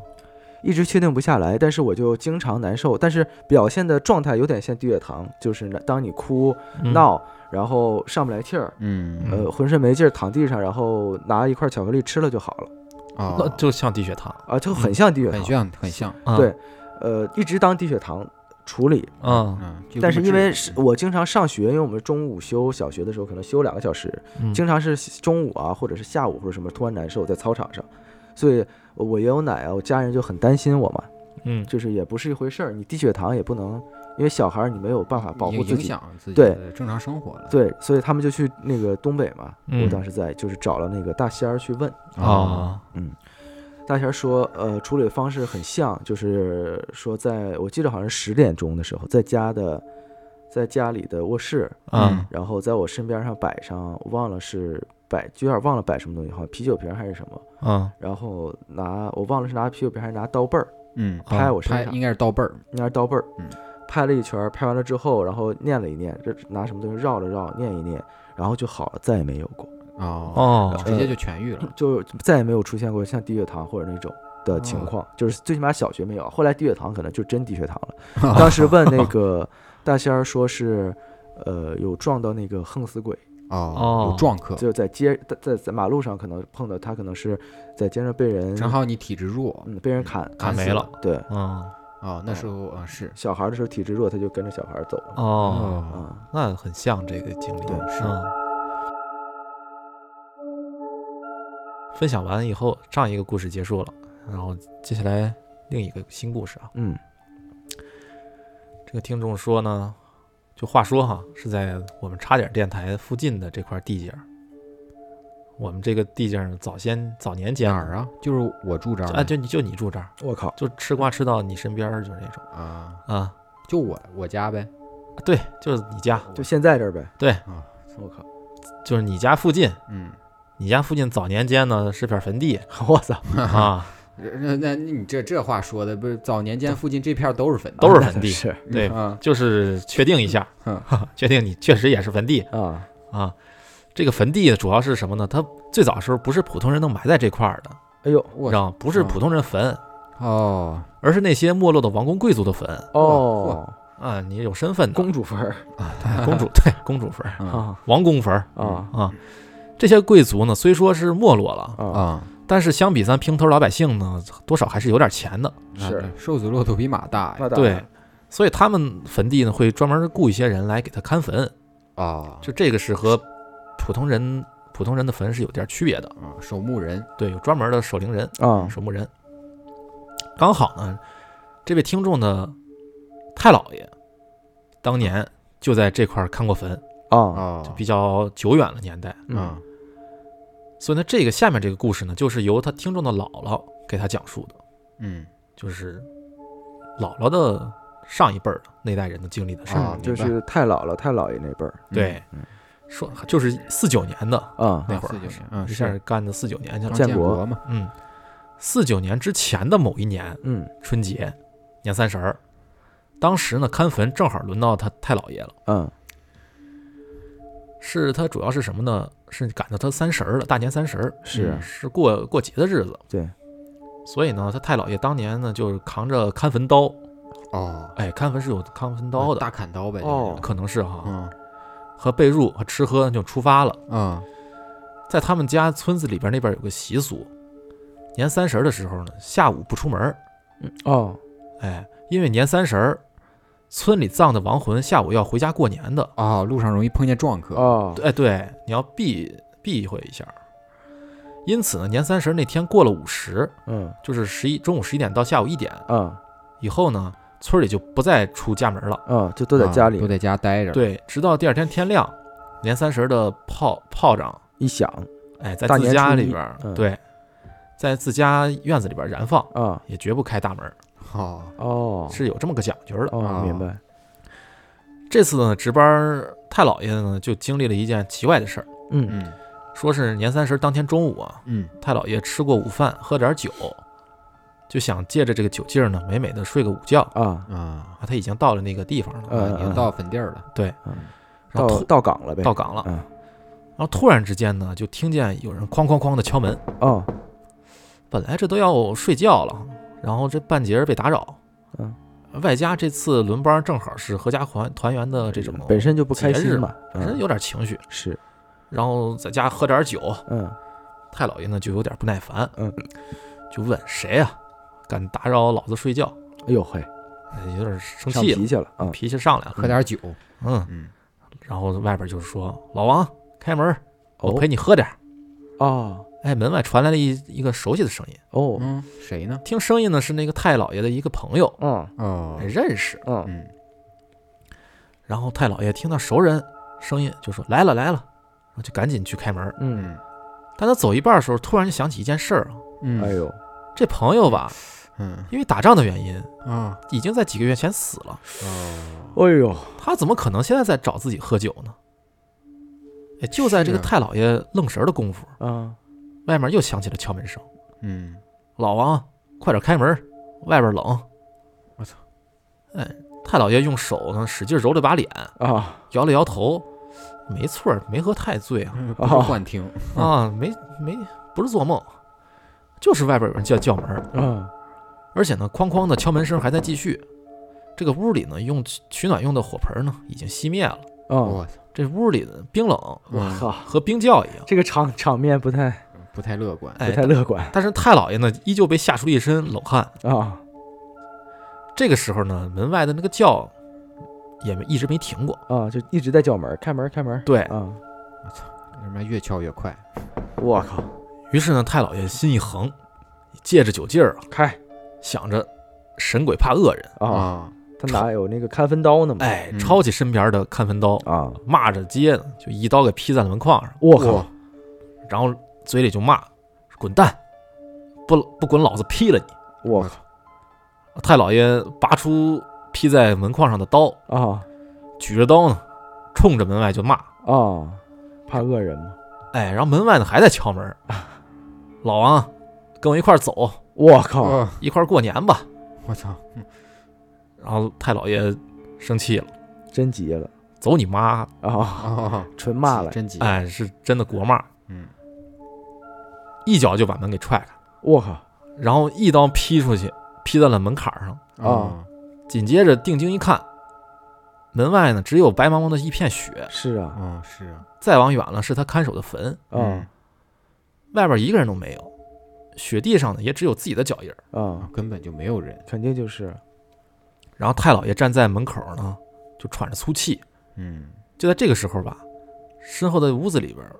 B: 一直确定不下来，但是我就经常难受，但是表现的状态有点像低血糖，就是当你哭
A: 嗯，
B: 闹，啊然后上不来气儿，
C: 嗯
B: 呃，浑身没劲儿，躺地上，然后拿一块巧克力吃了就好了，
C: 哦
A: 那就像低血糖，
B: 啊，就很像低血
C: 很
B: 糖，
C: 像很像，
A: 啊
B: 对，呃，一直当低血糖处理，
A: 嗯，
C: 嗯，就
B: 但
C: 这
B: 是
C: 么
B: 因
C: 治
B: 为是我经常上学，因为我们中午休小学的时候可能休两个小时，
A: 嗯
B: 经常是中午啊，或者是下午或者什么突然难受在操场上，所以我爷有奶啊，我家人就很担心我嘛，
A: 嗯
B: 就是也不是一回事儿。你低血糖也不能，因为小孩儿你没有办法保
C: 影
B: 护自
C: 影
B: 己，
C: 响自己
B: 对
C: 的正常生活了，
B: 对，所以他们就去那个东北嘛。我
A: 嗯
B: 当时在就是找了那个大仙儿去问，哦
A: 啊，
B: 大仙儿说，呃，处理方式很像，就是说在，我记得好像十点钟的时候，在家的，在家里的卧室，
A: 嗯
B: 然后在我身边上摆上，我忘了是摆，就有点忘了摆什么东西，好像啤酒瓶还是什么，
A: 嗯
B: 然后拿我忘了是拿啤酒瓶还是拿刀背儿
C: 嗯，
A: 啊
B: 拍我身
C: 拍
B: 上，
C: 应该是刀背儿，
B: 拿着刀背儿，
C: 嗯
B: 拍了一圈儿，拍完了之后，然后念了一念，这拿什么东西绕了绕，念一念，然后就好了，再也没有过，
C: 哦，
A: 哦
C: 直接就痊愈了，
B: 就再也没有出现过像低血糖或者那种的情况，就是最起码小学没有，后来低血糖可能就真低血糖了。当时问那个大仙儿说是。呃，有撞到那个横死鬼，
C: 哦，
A: 哦
C: 有撞客，
B: 就在街在在马路上可能碰到他，可能是在街上被人
C: 正好你体质弱，
B: 嗯被人砍
A: 砍
B: 死
A: 啊没了，
B: 对，
A: 嗯
C: 哦，那时候啊是，
B: 小孩的时候体质弱，他就跟着小孩走了
A: 哦，
C: 哦，
B: 啊。
A: 那很像这个经历，
B: 对
C: 是
A: 嗯。分享完以后，上一个故事结束了，然后接下来另一个新故事啊。
B: 嗯
A: 这个听众说呢，就话说哈，是在我们差点电台附近的这块地界儿。我们这个地界儿呢早先早年间
C: 哪儿啊？就是我住这儿
A: 啊，
C: 吗
A: 就你就你住这儿，
B: 我靠，
A: 就吃瓜吃到你身边儿，就是那种
C: 啊，
A: 啊，
C: 就我我家呗，
A: 对，就是你家，
B: 就现在这儿呗。
A: 对
B: 啊，我靠，
A: 就是你家附近，
C: 嗯，
A: 你家附近早年间呢是片坟地
B: 我 操，
A: 啊，
C: 那那你这这话说的不是早年间附近这片儿都是啊坟地，
A: 都是
B: 那
A: 坟地
B: 是
A: 对
C: 啊，
A: 就是确定一下
C: 嗯，
A: 确定你确实也是坟地
B: 啊，
A: 啊。这个坟地主要是什么呢？它最早时候不是普通人能埋在这块儿的，
B: 哎呦，
A: 你
C: 我
A: 知道吗？不是
C: 嗯
A: 普通人坟，
C: 哦，
A: 而是那些没落的王公贵族的坟
B: 哦，
A: 啊，你有身份的
B: 公主坟儿
A: 公主对公主坟、
C: 嗯
B: 啊
A: 王公坟
B: 啊
A: 啊，这些贵族呢虽说是没落了，
B: 啊，
C: 啊，
A: 但是相比咱平头老百姓呢，多少还是有点钱的，
C: 那
B: 是
C: 这瘦子骆驼比马大
B: 那
C: 呀，
B: 当
A: 对
B: 然，
A: 所以他们坟地呢会专门雇一些人来给他看坟，
C: 啊，
A: 就这个是和普通人普通人的坟是有点区别的，
C: 啊守墓人，
A: 对，有专门的守灵人。
B: 啊，
A: 守墓人。刚好呢，这位听众的太姥爷当年就在这块儿看过坟，
B: 啊，
C: 哦，
A: 比较久远的年代。
C: 啊
B: 嗯，
A: 所以呢，这个下面这个故事呢，就是由他听众的姥姥给他讲述的，
C: 嗯，
A: 就是姥姥的上一辈儿的那代人的经历的事儿。
C: 啊
B: 嗯就
C: 明白
B: 是太姥姥、太姥爷那辈儿
A: 对，
B: 嗯
A: 说就是四九年的
B: 啊，
A: 那会儿
C: 49
A: 还
C: 年
A: 是，
C: 嗯
A: 一
C: 是
A: 下干到四九年去
C: 张
A: 了。
B: 建
C: 建
B: 国
C: 国嘛，
A: 嗯，四九年之前的某一年，
B: 嗯
A: 春节，年三十儿。当时呢，看坟正好轮到他太姥爷了。
B: 嗯
A: 是他主要是什么呢？是赶到他三十儿了，大年三十儿
B: 是
A: 嗯是过过节的日子。
B: 对，
A: 所以呢，他太姥爷当年呢，就是扛着看坟刀
C: 哦，
A: 哎，看坟是有看坟刀的，
C: 嗯大砍刀呗，
B: 哦
A: 可能是哈。
C: 嗯
A: 和被褥和吃喝就出发了。
C: 嗯
A: 在他们家村子里边那边有个习俗，年三十儿的时候呢，下午不出门儿，
B: 哦，
A: 哎，因为年三十儿村里葬的亡魂下午要回家过年的，
C: 哦，路上容易碰见撞客，
B: 哦，
A: 哎，对，你要避避讳一下儿。因此呢，年三十儿那天过了午时，
B: 嗯
A: 就是十一中午十一点到下午一点
B: 啊
A: 以后呢，村里就不再出家门了。
B: 啊，就都在
C: 啊
B: 家里
C: 都在家待着，，
A: 对，直到第二天天亮，年三十儿的炮炮仗，
B: 一想
A: 哎，在
B: 大
A: 自
B: 年
A: 家
B: 初
A: 里
B: 一
A: 边儿，
B: 嗯
A: 对，在自家院子里边儿燃放。
B: 啊，
A: 也绝不开大门儿，
C: 哦，
B: 哦，
A: 是有这么个讲究的。
B: 哦，
C: 啊
B: 明白，
A: 这次呢，值班儿太老爷呢就经历了一件奇怪的事儿，
B: 嗯
C: 嗯
A: 说是年三十当天中午啊，
C: 嗯
A: 太老爷吃过午饭，喝点儿酒，就想借着这个酒劲儿呢，美美的睡个午觉
B: 啊，
C: 啊，
A: 啊。他已经到了那个地方了，
B: 嗯
C: 啊已经到坟地儿了，
A: 然后
B: 啊到
A: 突
B: 到岗了呗，
A: 到岗了，
B: 嗯
A: 然后突然之间呢，就听见有人哐哐哐的敲门。
B: 哦，
A: 本来这都要睡觉了，然后这半截儿被打扰，
B: 嗯，
A: 外加这次轮班正好是合家团团圆的这种，
B: 本身就不开
A: 节日
B: 心嘛，
A: 本身
B: 嗯
A: 有点情绪，
B: 是，
A: 然后在家喝点儿酒，
B: 嗯
A: 太老爷呢就有点不耐烦，
B: 嗯，
A: 就问谁呀、敢打扰老子睡觉？
B: 哎呦嘿，
A: 哎有点生
B: 上
A: 气
B: 脾
A: 了，
B: 气了啊，
A: 脾气上来
C: 喝
A: 了，
C: 点酒，
A: 嗯，
C: 嗯
A: 然后外边就是说老王开门，我
B: 哦
A: 陪你喝点儿。
B: 哦
A: 哎，门外传来了一一个熟悉的声音，
B: 哦，
C: 嗯，谁呢？
A: 听声音呢是那个太老爷的一个朋友，
B: 嗯
C: 哦
A: 哎，认识。
B: 嗯
C: 嗯
A: 然后太老爷听到熟人声音就说来了来了，然后就赶紧去开门。
B: 嗯，
C: 嗯
A: 但他走一半的时候，突然就想起一件事儿啊，
C: 嗯，
B: 哎呦，
A: 这朋友吧，
C: 嗯
A: 因为打仗的原因，
C: 啊
A: 已经在几个月前死了。
C: 哦，
B: 哎呦，
A: 他怎么可能现在在找自己喝酒呢？哎，就在这个
C: 是啊
A: 太老爷愣神儿的功夫，
B: 啊
A: 外面又响起了敲门声。
C: 嗯，
A: 老王，快点开门，外边冷。
C: 我操！
A: 哎，太老爷用手呢使劲揉了把脸，
B: 啊，
A: 摇了摇头。没错儿，没喝太醉啊
C: 不
B: 哦
C: 是幻听，
A: 啊，没没不是做梦，就是外边有人叫叫门儿，
B: 嗯
A: 而且呢，哐哐的敲门声还在继续。这个屋里呢，用取取暖用的火盆呢已经熄灭了，
B: 啊，
C: 我操，
A: 这屋里呢冰冷
C: 我
B: 靠，
A: 和冰窖一样。
B: 这个场 场面不太
C: 嗯不太 乐观，
B: 不
A: 哎，
B: 太乐观
A: 但是太老爷呢，依旧被吓出了一身冷汗。
B: 啊，
A: 这个时候呢，门外的那个叫也没一直没停过。
B: 啊，就一直在叫门儿，开门儿，开门儿。
A: 对
B: 啊，
C: 什么越敲越快，
B: 我靠，
A: 于是呢，太老爷心一横，借着酒劲儿啊，
B: 开
A: 想着神鬼怕恶人，
B: 啊！
C: 啊，
B: 他哪有那个看分刀呢嘛？
A: 哎，
C: 嗯
A: 抄起身边的看坟刀，
B: 啊，
A: 骂着街呢，就一刀给劈在了门框上，
B: 我靠，
A: 然后嘴里就骂：“滚蛋！不不滚，老子劈了你
B: 我
C: 我
B: 靠！”
A: 太老爷拔出劈在门框上的刀，
B: 啊
A: 举着刀呢，冲着门外就骂。
B: 啊，怕恶人嘛？
A: 哎，然后门外呢还在敲门，老王，跟我一块儿走，
B: 我靠！
C: 哦，
A: 一块儿过年吧。
C: 我操，
A: 然后太老爷生气了，
B: 真急了
A: 走你妈！
B: 啊，
C: 哦，
B: 纯骂了！
C: 真急，
A: 哎，是真的国骂，
C: 嗯，
A: 一脚就把门给踹开，
B: 我靠！
A: 然后一刀劈出去，劈在了门槛上。
C: 哦，
A: 紧接着定睛一看，门外呢只有白茫茫的一片雪，
B: 是啊，
C: 哦，是啊，
A: 再往远了是他看守的坟，
C: 嗯
B: 啊
A: 外边一个人都没有，雪地上呢也只有自己的脚印儿。
B: 啊
C: 嗯，，根本就没有人，
B: 肯定就是
A: 然后太老爷站在门口呢，就喘着粗气。
C: 嗯，
A: 就在这个时候吧，身后的屋子里边儿，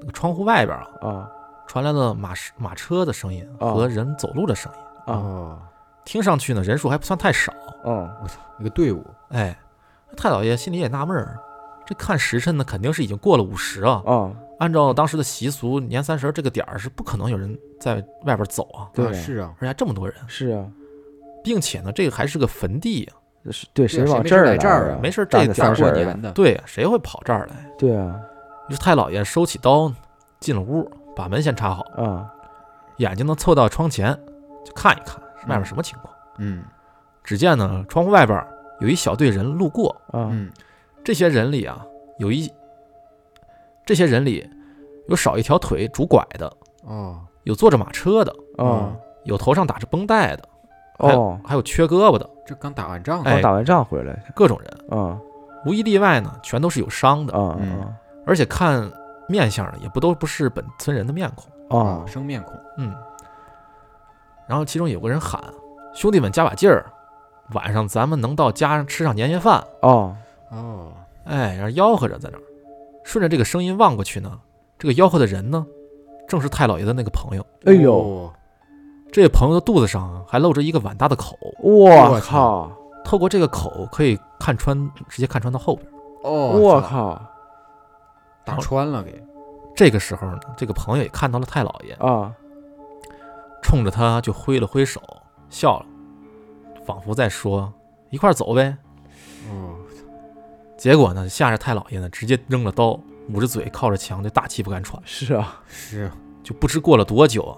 A: 那个窗户外边儿啊，
B: 啊
A: 传来了马车马车的声音
B: 哦
A: 和人走路的声音。
B: 啊
C: 哦，
A: 听上去呢，人数还不算太少。
B: 嗯
C: 一个队伍，
A: 哎，太老爷心里也纳闷儿，这看时辰呢，肯定是已经过了午时啊。
B: 啊，
A: 按照当时的习俗，年三十儿这个点儿是不可能有人在外边儿走啊，
B: 对
C: 啊是啊，
A: 而且还这么多人，
B: 是啊，
A: 并且呢，这个还是个坟地啊，
B: 是对，
C: 对
B: 谁
C: 谁
B: 往
C: 没
B: 这
C: 事
B: 儿
C: 来这儿
B: 来
C: 啊
B: 啊
A: 没事儿
B: 站
A: 这
B: 着
A: 点儿
B: 仨
C: 大
B: 事
C: 过
B: 儿
C: 年的，
A: 对呀、啊谁会跑这儿来？
B: 对啊
A: 于是太老爷收起刀，进了屋，把门先插好，
B: 啊
A: 眼睛呢凑到窗前，就看一看外面什么情况。
C: 嗯
A: 只见呢，窗户外边儿有一小队人路过，
B: 啊
C: 嗯，
A: 这些人里啊，有一这些人里有少一条腿拄拐的，
C: 哦
A: 有坐着马车的，
B: 啊
C: 嗯
A: 有头上打着绷带的，
B: 哦，
A: 还有缺胳膊的，
C: 这刚打完仗呢，啊
B: 刚打完仗回来，
A: 各种人，
B: 啊
A: 无一例外呢，全都是有伤
B: 啊
A: 的，
C: 嗯
B: 啊
A: 而且看面相呢，也不都不是本村人的面孔。
B: 啊
C: 生面孔，
A: 嗯，然后其中有个人喊：“兄弟们，加把劲儿，晚上咱们能到家上吃上年夜饭。
B: 哦
C: 哦，”
A: 哎，然后吆喝着在那儿。顺着这个声音望过去呢，这个吆喝的人呢，正是太老爷的那个朋友。
B: 哎
C: 哦
B: 呦，
A: 这位朋友的肚子上啊还露着一个碗大的口，
B: 我靠
C: 我操，
A: 透过这个口可以看穿，直接看穿到后边。
C: 哦，
B: 我
C: 操，
B: 靠
C: 打穿了给，
A: 这个时候呢，这个朋友也看到了太老爷，
B: 啊！
A: 冲着他就挥了挥手，笑了，仿佛在说：“一块儿走呗。”
C: 哦，
A: 结果呢，吓着太老爷呢，直接扔了刀，捂着嘴靠着墙，就大气不敢喘。
B: 是啊
C: 是
A: 就不知过了多久啊，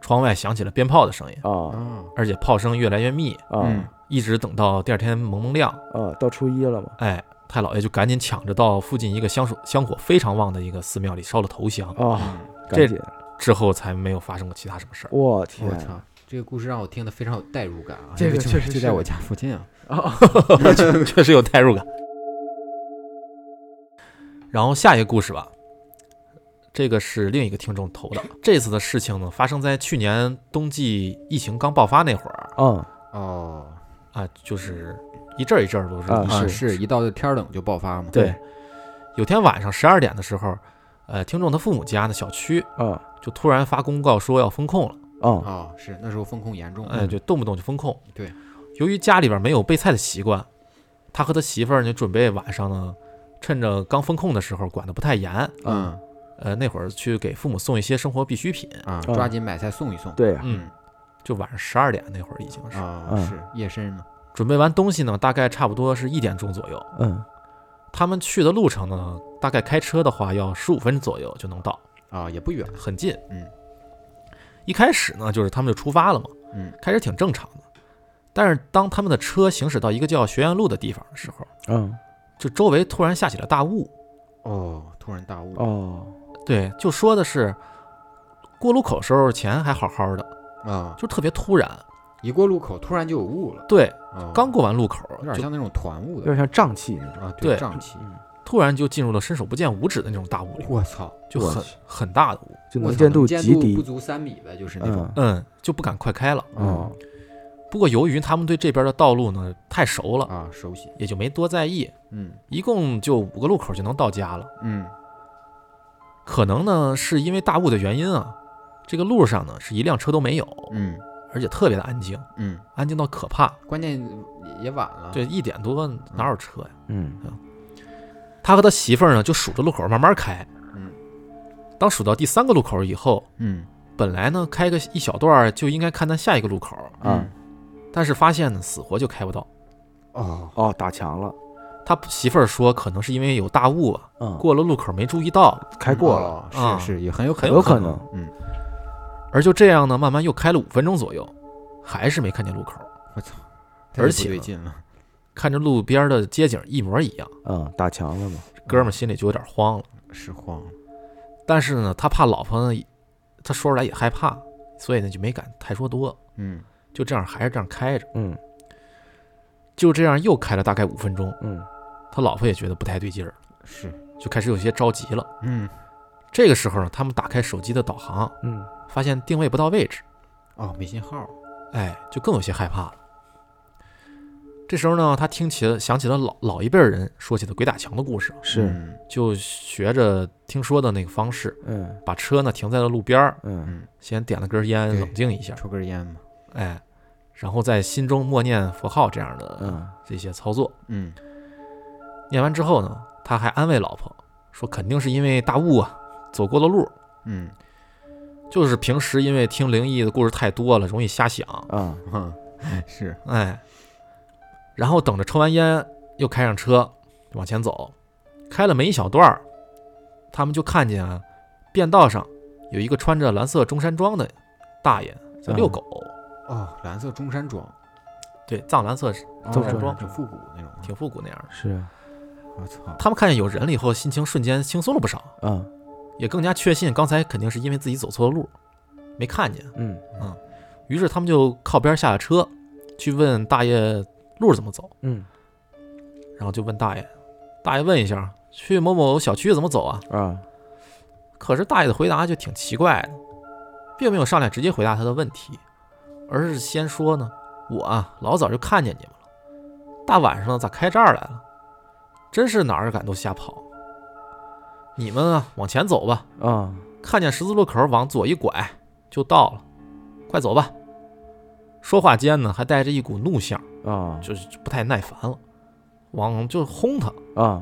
A: 窗外响起了鞭炮的声音，
B: 啊
C: 啊，
A: 而且炮声越来越密，
C: 嗯
B: 啊
A: 一直等到第二天蒙蒙亮，
B: 啊！到初一了嘛？
A: 哎，太老爷就赶紧抢着到附近一个香水香火非常旺的一个寺庙里烧了头香，
B: 啊，
C: 嗯
A: 这
B: 赶紧！
A: 之后才没有发生过其他什么事儿。
B: 我天啊
C: 我操，这个故事让我听得非常有代入感啊，
B: 这个
C: 因为就
B: 确实
C: 就是在我家附近啊，
B: 啊！
A: 确实有代入感。然后下一个故事吧，这个是另一个听众投的。这次的事情呢，发生在去年冬季疫情刚爆发那会儿
B: 嗯
C: 哦，
A: 啊，就是一阵儿一阵儿都是
B: 啊
A: 疫情
C: 啊
B: 是
C: 是一到天儿冷就爆发嘛，
A: 对，有天晚上十二点的时候，呃，听众他父母家的小区
B: 啊
A: 就突然发公告说要封控了，
B: 啊
C: 哦，是那时候风控严重，
A: 哎，就动不动就封控。
C: 嗯对，
A: 由于家里边没有备菜的习惯，他和他媳妇儿呢准备晚上呢，趁着刚封控的时候管得不太严，
C: 嗯
A: 呃，那会儿去给父母送一些生活必需品，
C: 啊，
B: 嗯
C: 抓紧买菜送一送，
B: 对呀
A: 嗯，就晚上十二点那会儿已经是、
C: 啊
B: 嗯
C: 是夜深嘛，
A: 准备完东西呢，大概差不多是一点钟左右。
B: 嗯
A: 他们去的路程呢，大概开车的话要十五分左右就能到，
C: 啊也不远，
A: 很近。
C: 嗯，
A: 一开始呢，就是他们就出发了嘛，
C: 嗯，
A: 开始挺正常的。但是当他们的车行驶到一个叫学院路的地方的时候，
B: 嗯
A: 就周围突然下起了大雾。
C: 哦，突然大雾，
B: 哦
A: 对，就说的是过路口时候前还好好的，
C: 啊，
A: 就特别突然。
C: 一过路口突然就有雾了，
A: 对，
C: 啊
A: 刚过完路口
C: 有点
A: 就
C: 像那种团雾
B: 有
C: 的
B: 点像瘴气那种。
C: 啊，
A: 对
C: 瘴气，
A: 突然就进入了伸手不见五指的那种大雾里，
C: 我操，
A: 就
B: 我
A: 很
B: 去
A: 很大的雾。
B: 就
C: 我
B: 能
C: 操
B: 见度
C: 能
B: 极
C: 不
B: 低。
C: 足三米呗，就是那种，嗯
B: 嗯
A: 嗯，就不敢快开了。
B: 哦
A: 不过由于他们对这边的道路呢太熟了，
C: 啊，熟悉，
A: 也就没多在意。
C: 嗯
A: 一共就五个路口就能到家了。
C: 嗯
A: 可能呢是因为大雾的原因啊，这个路上呢是一辆车都没有，
C: 嗯
A: 而且特别的安静，
C: 嗯，
A: 安静到可怕。
C: 关键也晚了，
A: 对，一点多哪有车呀？
B: 嗯
A: 他和他媳妇儿呢就数着路口慢慢开。
C: 嗯
A: 当数到第三个路口以后，
C: 嗯
A: 本来呢开个一小段儿就应该看到下一个路口，
B: 啊
C: 嗯
A: 但是发现呢死活就开不到。
C: 哦
B: 哦，打墙了。
A: 他媳妇儿说，可能是因为有大雾啊，
B: 嗯，
A: 过了路口没注意到，
B: 开过了，
C: 哦
A: 啊
C: 是是也很有可
A: 很
C: 能，嗯
B: 有可
A: 能
B: 能。
A: 而就这样呢，慢慢又开了五分钟左右，还是没看见路口，
C: 这就
A: 而
C: 不
A: 且
C: 对
A: 呢
C: 劲了，
A: 看着路边的街景一模一样，
B: 嗯，打墙了嘛。
A: 哥们儿心里就有点慌了。
C: 是慌了，
A: 但是呢，他怕老婆呢，他说出来也害怕，所以呢就没敢太说多，
C: 嗯
A: 就这样还是这样开着，
B: 嗯
A: 就这样又开了大概五分钟，
B: 嗯
A: 他老婆也觉得不太对劲儿，
C: 是，
A: 就开始有些着急了。
C: 嗯
A: 这个时候呢，他们打开手机的导航，
B: 嗯
A: 发现定位不到位置，
C: 哦没信号，
A: 哎，就更有些害怕了。这时候呢，他听起了想起了老老一辈儿人说起的鬼打墙的故事，
B: 是
C: 嗯
A: 就学着听说的那个方式，
B: 嗯
A: 把车呢停在了路边儿，
B: 嗯
A: 先点了根烟，
C: 对
A: 冷静一下，
C: 抽根烟嘛，
A: 哎，然后在心中默念佛号这样的
B: 嗯
A: 这些操作。
C: 嗯
A: 念完之后呢，他还安慰老婆说，肯定是因为大雾啊，走过了路，
C: 嗯
A: 就是平时因为听灵异的故事太多了，容易瞎想，
B: 啊
C: 啊是，
A: 哎，然后等着抽完烟，又开上车往前走，开了没一小段儿，他们就看见啊，便道上有一个穿着蓝色中山装的大爷在遛
B: 嗯
A: 狗，
C: 哦蓝色中山装，
A: 对，藏蓝色是
B: 中
C: 哦
B: 山
A: 装
C: 挺复古那种，
A: 挺复古那样的。
B: 嗯是啊
C: 我操，
A: 他们看见有人了以后，心情瞬间轻松了不少，
B: 嗯
A: 也更加确信刚才肯定是因为自己走错了路，没看见。
B: 嗯
A: 于是他们就靠边下了车，去问大爷路怎么走，
B: 嗯
A: 然后就问大爷，大爷问一下去某某小区怎么走啊？
B: 啊，
A: 可是大爷的回答就挺奇怪的，并没有上来直接回答他的问题，而是先说呢：“我啊，老早就看见你们了，大晚上的咋开这儿来了？真是哪儿敢都瞎跑。你们啊，往前走吧，
B: 啊，
A: 看见十字路口往左一拐就到了，快走吧。”说话间呢，还带着一股怒相，
B: 啊，
A: 就是不太耐烦了，往就轰他。
B: 啊，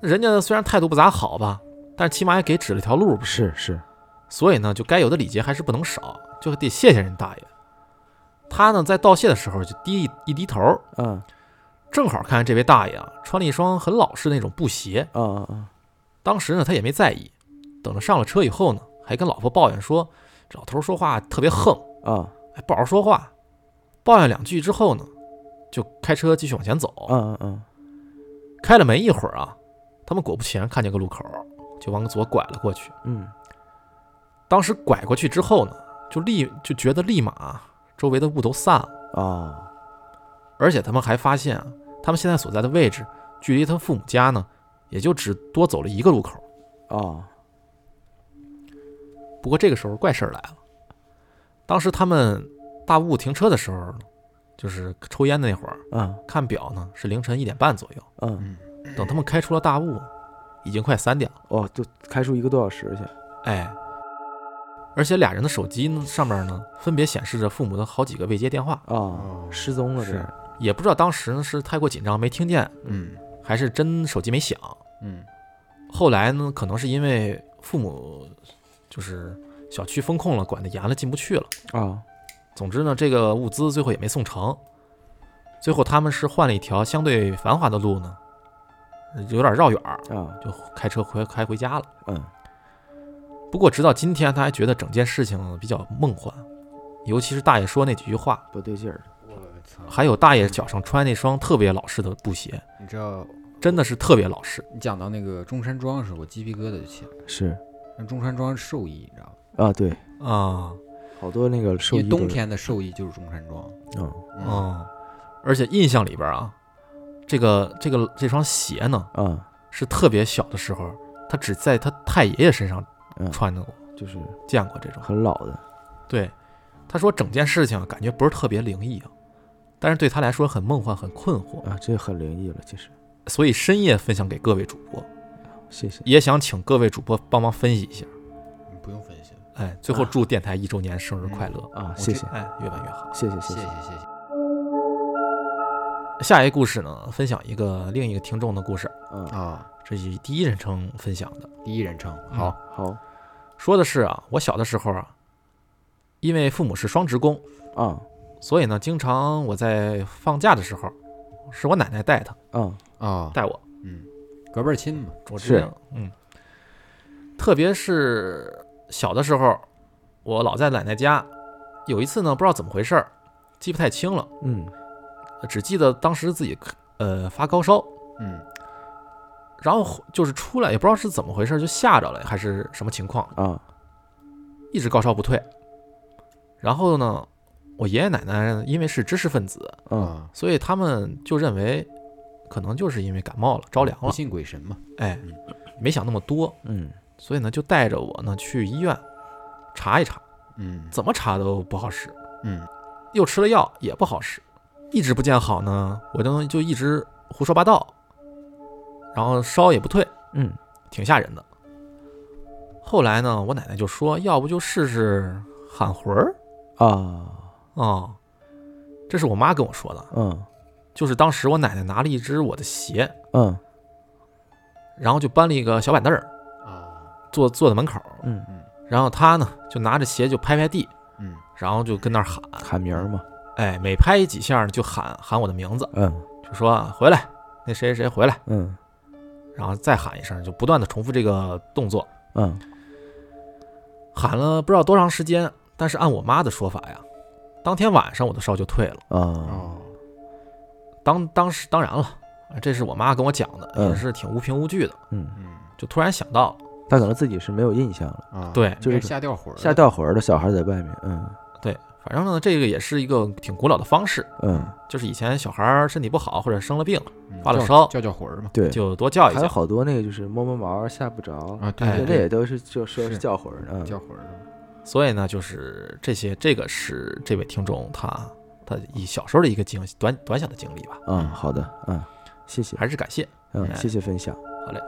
A: 人家虽然态度不咋好吧，但是起码也给指了条路吧。
B: 是是，
A: 所以呢，就该有的礼节还是不能少，就得谢谢人大爷。他呢，在道谢的时候就低一一低头，
B: 嗯
A: 正好看见这位大爷啊，穿了一双很老式的那种布鞋。
B: 啊啊啊，
A: 当时呢，他也没在意。等着上了车以后呢，还跟老婆抱怨说，这老头说话特别横，
B: 啊
A: 哎，不好好说话。抱怨两句之后呢，就开车继续往前走。
B: 啊啊
A: 开了没一会儿啊，他们果不其然看见个路口，就往左拐了过去。
B: 嗯
A: 当时拐过去之后呢，就立就觉得立马周围的雾都散了。
B: 啊
A: 而且他们还发现啊，他们现在所在的位置距离他父母家呢，也就只多走了一个路口。
B: 啊
A: 不过这个时候怪事儿来了，当时他们大雾停车的时候呢，就是抽烟的那会儿，
B: 啊
A: 看表呢是凌晨一点半左右。
B: 嗯，
A: 等他们开出了大雾，已经快三点了。
B: 哦，就开出一个多小时去，啊
A: 哎，而且俩人的手机呢上面呢分别显示着父母的好几个未接电话，
B: 啊，失踪了这
C: 哦是
B: 人，
A: 也不知道当时呢是太过紧张没听见，
C: 嗯
A: 还是真手机没响。
C: 嗯
A: 后来呢，可能是因为父母就是小区封控了，管得严了，进不去了。
B: 啊
A: 总之呢，这个物资最后也没送成。最后他们是换了一条相对繁华的路呢，有点绕远儿，
B: 啊，
A: 就开车回开回家了。
B: 嗯
A: 不过直到今天，他还觉得整件事情比较梦幻，尤其是大爷说那几句话，
B: 不对劲儿，
A: 还有大爷脚上穿那双特别老式的布鞋，
C: 你知道
A: 真的是特别老式。
C: 你讲到那个中山装的时候，我鸡皮疙瘩就起来了。
B: 是
C: 那中山装是寿衣，你知道吗？
B: 啊，对，
A: 啊、
B: 好多那个兽
C: 因
B: 医
C: 为
B: 都
C: 冬
B: 是，
C: 天的寿衣就是中山装。
B: 嗯
C: 嗯，
A: 嗯，而且印象里边啊，这个这个这双鞋呢，
B: 啊
A: 是特别小的时候，他只在他太爷爷身上
B: 嗯，
A: 穿的过，
B: 就是
A: 见过这种。
B: 很老的，
A: 对，他说整件事情啊感觉不是特别灵异啊，但是对他来说很梦幻、很困惑，
B: 啊，这很灵异了，其实，
A: 所以深夜分享给各位主播，
B: 谢谢，
A: 也想请各位主播帮忙分析一下。
C: 你不用分析了。
A: 哎，最后祝电台一周年生日快乐！
B: 啊，
C: 这
B: 谢谢，
A: 哎，越办越好。
B: 谢谢，
C: 谢
B: 谢
C: 谢
B: 谢，
C: 谢谢。
A: 下一个故事呢，分享一个另一个听众的故事，
B: 嗯，
C: 啊，
A: 这是以第一人称分享的。
C: 第一人称，
A: 嗯
C: 好，
B: 好
A: 说的是啊，我小的时候啊，因为父母是双职工，
B: 啊
A: 所以呢，经常我在放假的时候，是我奶奶带他
B: 啊
C: 啊，
A: 带我，
C: 嗯，隔辈儿亲嘛，
A: 我知道，嗯，特别是小的时候，我老在奶奶家，有一次呢，不知道怎么回事儿，记不太清了，
B: 嗯
A: 只记得当时自己呃发高烧，
C: 嗯
A: 然后就是出来也不知道是怎么回事儿，就吓着了还是什么情况，
B: 啊
A: 一直高烧不退。然后呢，我爷爷奶奶因为是知识分子，
B: 啊
C: 啊，
A: 所以他们就认为可能就是因为感冒了着凉
C: 不
A: 了，
C: 信鬼神嘛，
A: 哎，没想那么多，
B: 嗯
A: 所以呢就带着我呢去医院查一查，
C: 嗯
A: 怎么查都不好使，
C: 嗯
A: 又吃了药也不好使，一直不见好呢，我就就一直胡说八道，然后烧也不退，
B: 嗯
A: 挺吓人的。后来呢，我奶奶就说，要不就试试喊魂儿
B: 啊
A: 啊、哦这是我妈跟我说的，
B: 嗯
A: 就是当时我奶奶拿了一只我的鞋，
B: 嗯
A: 然后就搬了一个小板凳儿，
C: 啊
A: 坐坐在门口儿，
B: 嗯，
A: 然后他呢就拿着鞋就拍拍地，
C: 嗯
A: 然后就跟那儿喊，
B: 喊名儿嘛，
A: 哎，每拍几下呢就喊喊我的名字，
B: 嗯
A: 就说回来，那谁谁谁回来，
B: 嗯
A: 然后再喊一声，就不断的重复这个动作，
B: 嗯
A: 喊了不知道多长时间，但是按我妈的说法呀，当天晚上我的烧就退了。
B: 啊
C: 哦
A: 当当时当然了，这是我妈跟我讲的，
B: 嗯
A: 也是挺无凭无据的，
B: 嗯，
C: 嗯
A: 就突然想到了，
B: 但可能自己是没有印象了。
C: 啊，
A: 对
C: 应该
B: 就是
C: 是吓掉魂儿了，
B: 吓掉魂儿的小孩在外面，嗯
A: 对反正呢，这个也是一个挺古老的方式，
B: 嗯，
A: 就是以前小孩儿身体不好或者生了病，
C: 嗯
A: 发了
C: 叫
A: 烧
C: 叫叫魂儿嘛。
B: 对，
A: 就多叫一
B: 还有
A: 叫。
B: 好多那个就是摸摸毛儿吓不着，
C: 啊，
A: 哎
C: 对
B: 这
C: 对
B: 这
C: 对，
B: 也都是就说
C: 是
B: 是叫魂儿，嗯，
C: 叫魂儿的。
A: 所以呢，就是这些，这个是这位听众他他以小时候的一个经短短小的经历吧，
B: 嗯，好的，嗯，谢谢，
A: 还是感谢。
B: 嗯，谢谢分享。
A: 好嘞，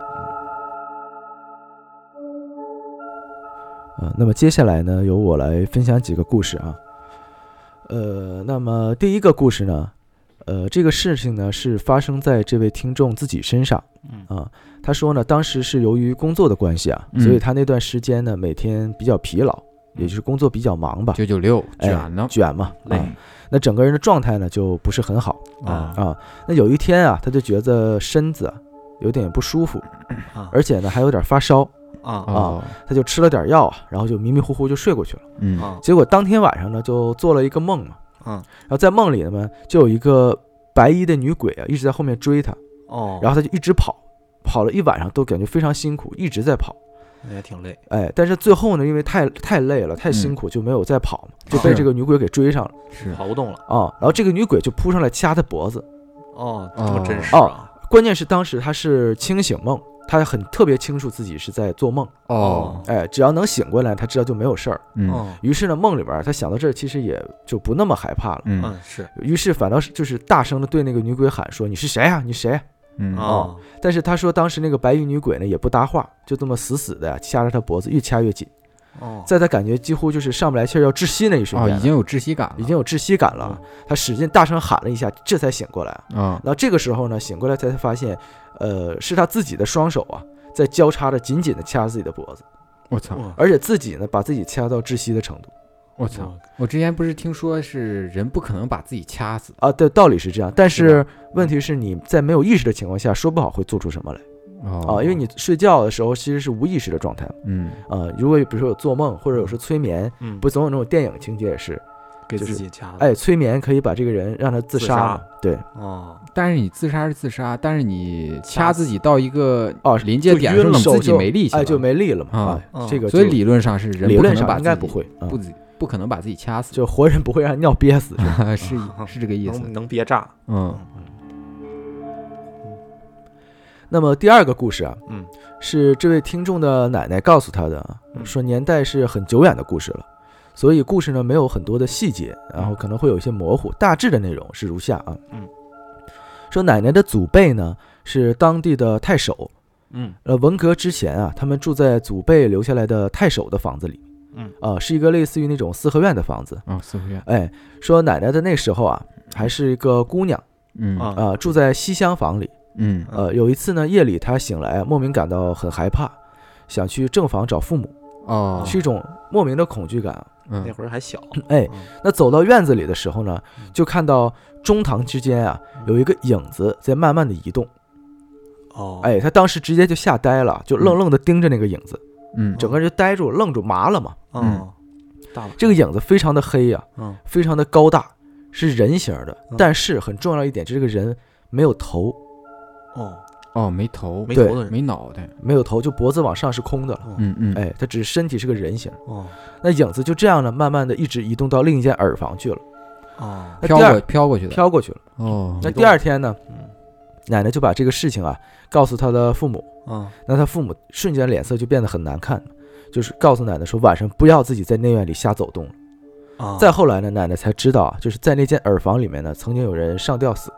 B: 呃，那么接下来呢，由我来分享几个故事啊。呃，那么第一个故事呢，呃，这个事情呢是发生在这位听众自己身上
C: 嗯
B: 啊。他说呢，当时是由于工作的关系啊，所以
C: 嗯
B: 他那段时间呢每天比较疲劳，也就是工作比较忙吧，
C: 九九六
B: 哎
C: 卷了，
B: 卷嘛，
C: 累哦
B: 啊，那整个人的状态呢就不是很好
A: 啊
B: 啊。那有一天啊，他就觉得身子啊有点不舒服，
A: 啊
B: 而且呢还有点发烧，
A: 啊
C: 哦，
B: 他就吃了点药啊，然后就迷迷糊糊就睡过去了。
C: 嗯
A: 啊
B: 结果当天晚上呢，就做了一个梦嘛，
A: 啊
B: 然后在梦里呢，就有一个白衣的女鬼啊，一直在后面追他，
A: 哦，
B: 然后他就一直跑，跑了一晚上都感觉非常辛苦，一直在跑。
A: 后也挺累
B: 哎，但是最后呢，因为太太累了，太辛苦，就没有再跑嘛，就被
C: 是
B: 这个女鬼给追上了
C: 是
A: 跑不动了。
B: 啊。然后这个女鬼就扑上来掐他脖子，
A: 哦，这
C: 哦
A: 么真实
B: 哦
A: 啊！
B: 关键是当时他是清醒梦，他很特别清楚自己是在做梦。
C: 哦，
B: 哎，只要能醒过来，他知道就没有事儿。
C: 嗯
A: 哦，
B: 于是呢，梦里边儿他想到这儿，其实也就不那么害怕了。
C: 嗯
A: 嗯是
B: 于是反倒是就是大声的对那个女鬼喊说：“你是谁呀、你谁呀、
C: 嗯
A: 啊
B: 哦但是他说当时那个白衣女鬼呢也不搭话，就这么死死的呀掐着他脖子，越掐越紧，
A: 哦
B: 在他感觉几乎就是上不来气儿要窒息那一瞬
C: 哦，
B: 间
C: 已
B: 了、
C: 经有嗯窒息感了，
B: 已经有窒息感了。他使劲大声喊了一下，这才醒过来啊。
C: 啊，
B: 然后这个时候呢，醒过来才发现，呃，是他自己的双手啊在交叉着紧紧的掐自己的脖子，
C: 我操，
A: 哇
B: 而且自己呢把自己掐到窒息的程度
C: 我操！我之前不是听说是人不可能把自己掐死
B: 啊。对，道理是这样，但
C: 是
B: 是问题是你在没有意识的情况下，说不好会做出什么来。
C: 哦
B: 啊，因为你睡觉的时候其实是无意识的状态嘛
C: 嗯
B: 啊。如果比如说有做梦，或者有时候催眠，
A: 嗯
B: 不总有那种电影情节也是，
A: 给
B: 就
A: 自
B: 是
A: 己掐的
B: 哎，催眠可以把这个人让他自
A: 自
B: 杀
A: 杀
B: 嘛，对，
A: 哦
C: 但是你自杀是自杀，但是你掐
A: 掐
C: 自己到一个
B: 哦
C: 临界点的时
B: 就晕
C: 候，你
B: 了
C: 自己没力气了，
B: 哎就没力了嘛
C: 啊
A: 嗯
B: 啊，这个
C: 所以
B: 就
C: 理论上是人
B: 理
C: 不可
B: 论
C: 能把
B: 上
C: 自
B: 应
C: 己
B: 该不会，啊
C: 不自不可能把自己掐死，
B: 就 活人不会让尿憋死。
C: 是是这个意思
A: 能。能别炸
C: 嗯
B: 那么第二个故事啊，
A: 嗯
B: 是这位听众的奶奶告诉他的啊，
A: 嗯
B: 说年代是很久远的故事了。所以故事呢没有很多的细节，然后可能会有一些模糊。大致的内容是如下啊，
A: 嗯，
B: 说奶奶的祖辈呢是当地的太守，
A: 嗯
B: 呃，文革之前啊，他们住在祖辈留下来的太守的房子里，
A: 嗯
B: 啊、是一个类似于那种四合院的房子。
C: 啊，四合院，
B: 哎，说奶奶的那时候啊，还是一个姑娘
C: 嗯
A: 啊
B: 啊、住在西厢房里。
C: 嗯
B: 呃，有一次呢，夜里她醒来，莫名感到很害怕，想去正房找父母，
C: 哦，
B: 是一种莫名的恐惧 感啊。
A: 那
C: 嗯
A: 会儿还小
B: 哎，
A: 嗯
B: 那走到院子里的时候呢
A: 嗯，
B: 就看到中堂之间啊，有一个影子在慢慢的移动。
A: 哦嗯
B: 哎，她当时直接就吓呆了，就愣愣的盯着那个影子，
C: 嗯
B: 整个人就呆住，愣住，麻了嘛。
A: 哦大了
B: 嗯这个影子非常的黑呀、
A: 嗯
B: 非常的高大，是人形儿的
A: 嗯。
B: 但是很重要一点，这个人没有头，
A: 哦
C: 哦，没头
A: 没
B: 对
A: 头的人
C: 没脑袋，
B: 没有头，就脖子往上是空的了。
C: 嗯嗯，
B: 哎，他只是身体是个人形儿。
A: 哦
B: 那影子就这样呢，慢慢的一直移动到另一间耳房去了，
A: 哦
B: 那
C: 飘
B: 第二
C: 过飘过去的，
B: 飘过去了。
C: 哦
B: 那
A: 移动
B: 第二天呢，
A: 嗯
B: 奶奶就把这个事情啊告诉她的父母，
A: 哦
B: 那她父母瞬间脸色就变得很难看，就是告诉奶奶说晚上不要自己在内院里瞎走动了。
A: 哦
B: 再后来呢，奶奶才知道啊，就是在那间耳房里面呢，曾经有人上吊死。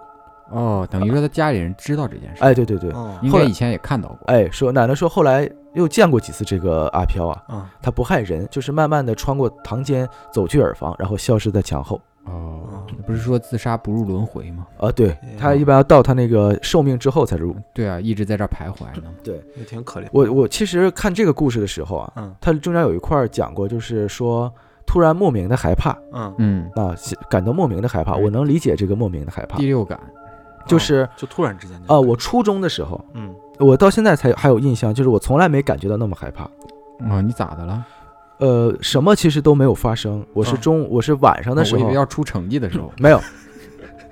C: 哦，等于说他家里人知道这件事，
B: 哎，对对对，
A: 哦
C: 应
B: 后
C: 该
B: 来
C: 以前也看到过，
B: 哎，说奶奶说后来又见过几次这个阿飘啊，
A: 啊
B: 他不害人，就是慢慢的穿过堂间走去耳房，然后消失在墙后。
C: 哦，不是说自杀不入轮回吗？
B: 啊，对
A: 哎呀
B: 他一般要到他那个寿命之后才入。
C: 对啊，一直在这儿徘徊呢。
A: 也挺可怜
B: 我我其实看这个故事的时候啊，
A: 嗯
B: 他中间有一块儿讲过，就是说突然莫名的害怕
A: 嗯
C: 嗯，
B: 啊，感到莫名的害怕，
C: 嗯
B: 我能理解这个莫名的害怕
C: 第，六感，
B: 就是
A: 哦就突然之间
C: 哦
A: 就
B: 啊，我初中的时候，
A: 嗯
B: 我到现在才还有印象，就是我从来没感觉到那么害怕。
C: 哦，你咋的了？
B: 呃，什么其实都没有发生。我是
A: 嗯
B: 中，我是晚上的
C: 那
B: 时
C: 我以
B: 候嗯
C: 为，要出成绩的时 候，
B: 没有，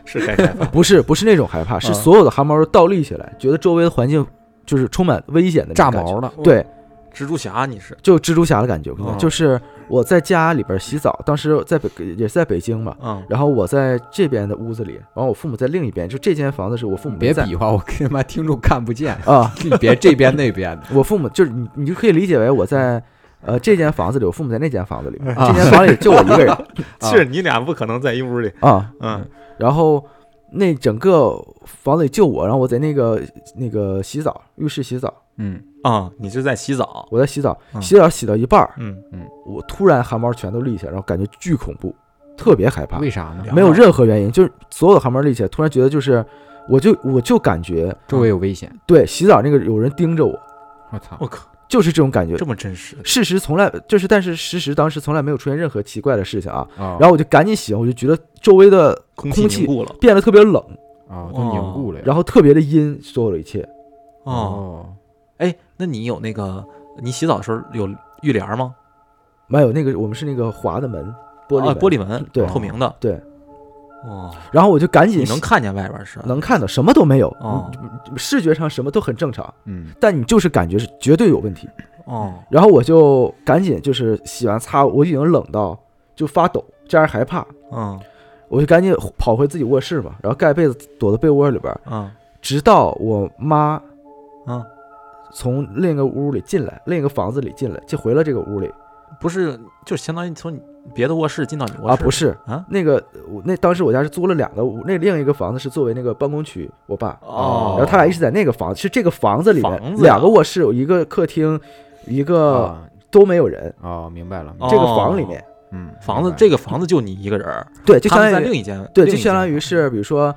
A: 是 该害怕
B: 不是不是那种害 怕，
A: 嗯
B: 是所有的汗毛都倒立起来，觉得周围的环境就是充满危险的那
C: 炸
B: 种感觉。
C: 毛了。嗯
B: 对，
A: 蜘蛛侠你是
B: 就蜘蛛侠的感觉，
A: 嗯
B: 就是我在家里边洗澡，当时在北也是在北京嘛，
A: 嗯，
B: 然后我在这边的屋子里，然后我父母在另一边，就这间房子是我父母
C: 别
B: 嗯在
C: 比划，我跟他妈听众看不 见，
B: 啊，
C: 你别这边那边的。
B: 我父母就是你，你就可以理解为我在呃这间房子里，我父母在那间房子里边，
C: 啊
B: 这间房里就我一 个人
A: 是你俩不可能在一屋里，
B: 啊，
A: 嗯
B: 然后那整个房子里就我，然后我在那个那个洗澡浴室洗澡，
C: 嗯，
A: 啊，你是在洗澡，
B: 我在洗澡，
A: 嗯
B: 洗澡洗到一半儿，
A: 嗯，
B: 我突然汗毛全都立起来，然后感觉巨恐怖，特别害怕，
C: 为啥呢？
B: 没有任何原因，就是所有的汗毛立起来，突然觉得就是。我就我就感觉
C: 周围有危险。
B: 对洗澡那个有人盯着我，
C: 我操！
A: 我靠，
B: 就是这种感觉
A: 这。么真实，
B: 事实从来就是，但是事实当时从来没有出现任何奇怪的事情啊。
C: 然
B: 然后我就赶紧洗，我就觉得周围的
A: 空
B: 空
A: 凝
B: 气
A: 固了，
B: 变得特别冷，
C: 啊，都凝固了呀。
B: 然后特别的阴，所有的一切
A: 哦，哎，那你有那个你洗澡的时候有浴帘吗？
B: 没有那个我们是那个滑的门，玻璃
A: 啊
B: 门、
A: 玻璃门，
B: 对
A: 透明的，
B: 对。
A: 哦，
B: 然后我就赶紧
A: 你能看见外边是？
B: 能嗯看到什么都没有，
A: 哦
B: 视觉上什么都很正常，
C: 嗯，
B: 但你就是感觉是绝对有问题。
A: 哦，
B: 然后我就赶紧就是洗完擦，我已经冷到就发抖，加上害怕，
A: 嗯
B: 我就赶紧跑回自己卧室嘛，然后盖被子躲到被窝里边，
A: 嗯
B: 直到我妈
A: 嗯，
B: 从另一个屋里进来，另一个房子里进来，就回了这个屋里
A: 不是，就相当于从你别的卧室进到你卧
B: 啊，
A: 室，
B: 不是
A: 啊
B: 那个我那当时我家是租了两个屋，那另一个房子是作为那个办公区，我爸，
A: 哦
B: 然后他俩一直在那个房，是这个房子里
A: 房
B: 面
A: 子啊
B: 两个卧室，有一个客厅，一个
C: 啊
B: 都没有人，
C: 哦，明白了。
A: 哦
B: 这个房里面，
C: 嗯，
A: 房子
C: 明白
A: 这个房子就你一个人儿，
B: 对，就
A: 他
B: 相
A: 们在
B: 当于
A: 另一间，
B: 对，
A: 另
B: 就
A: 一间
B: 相当于是比如说，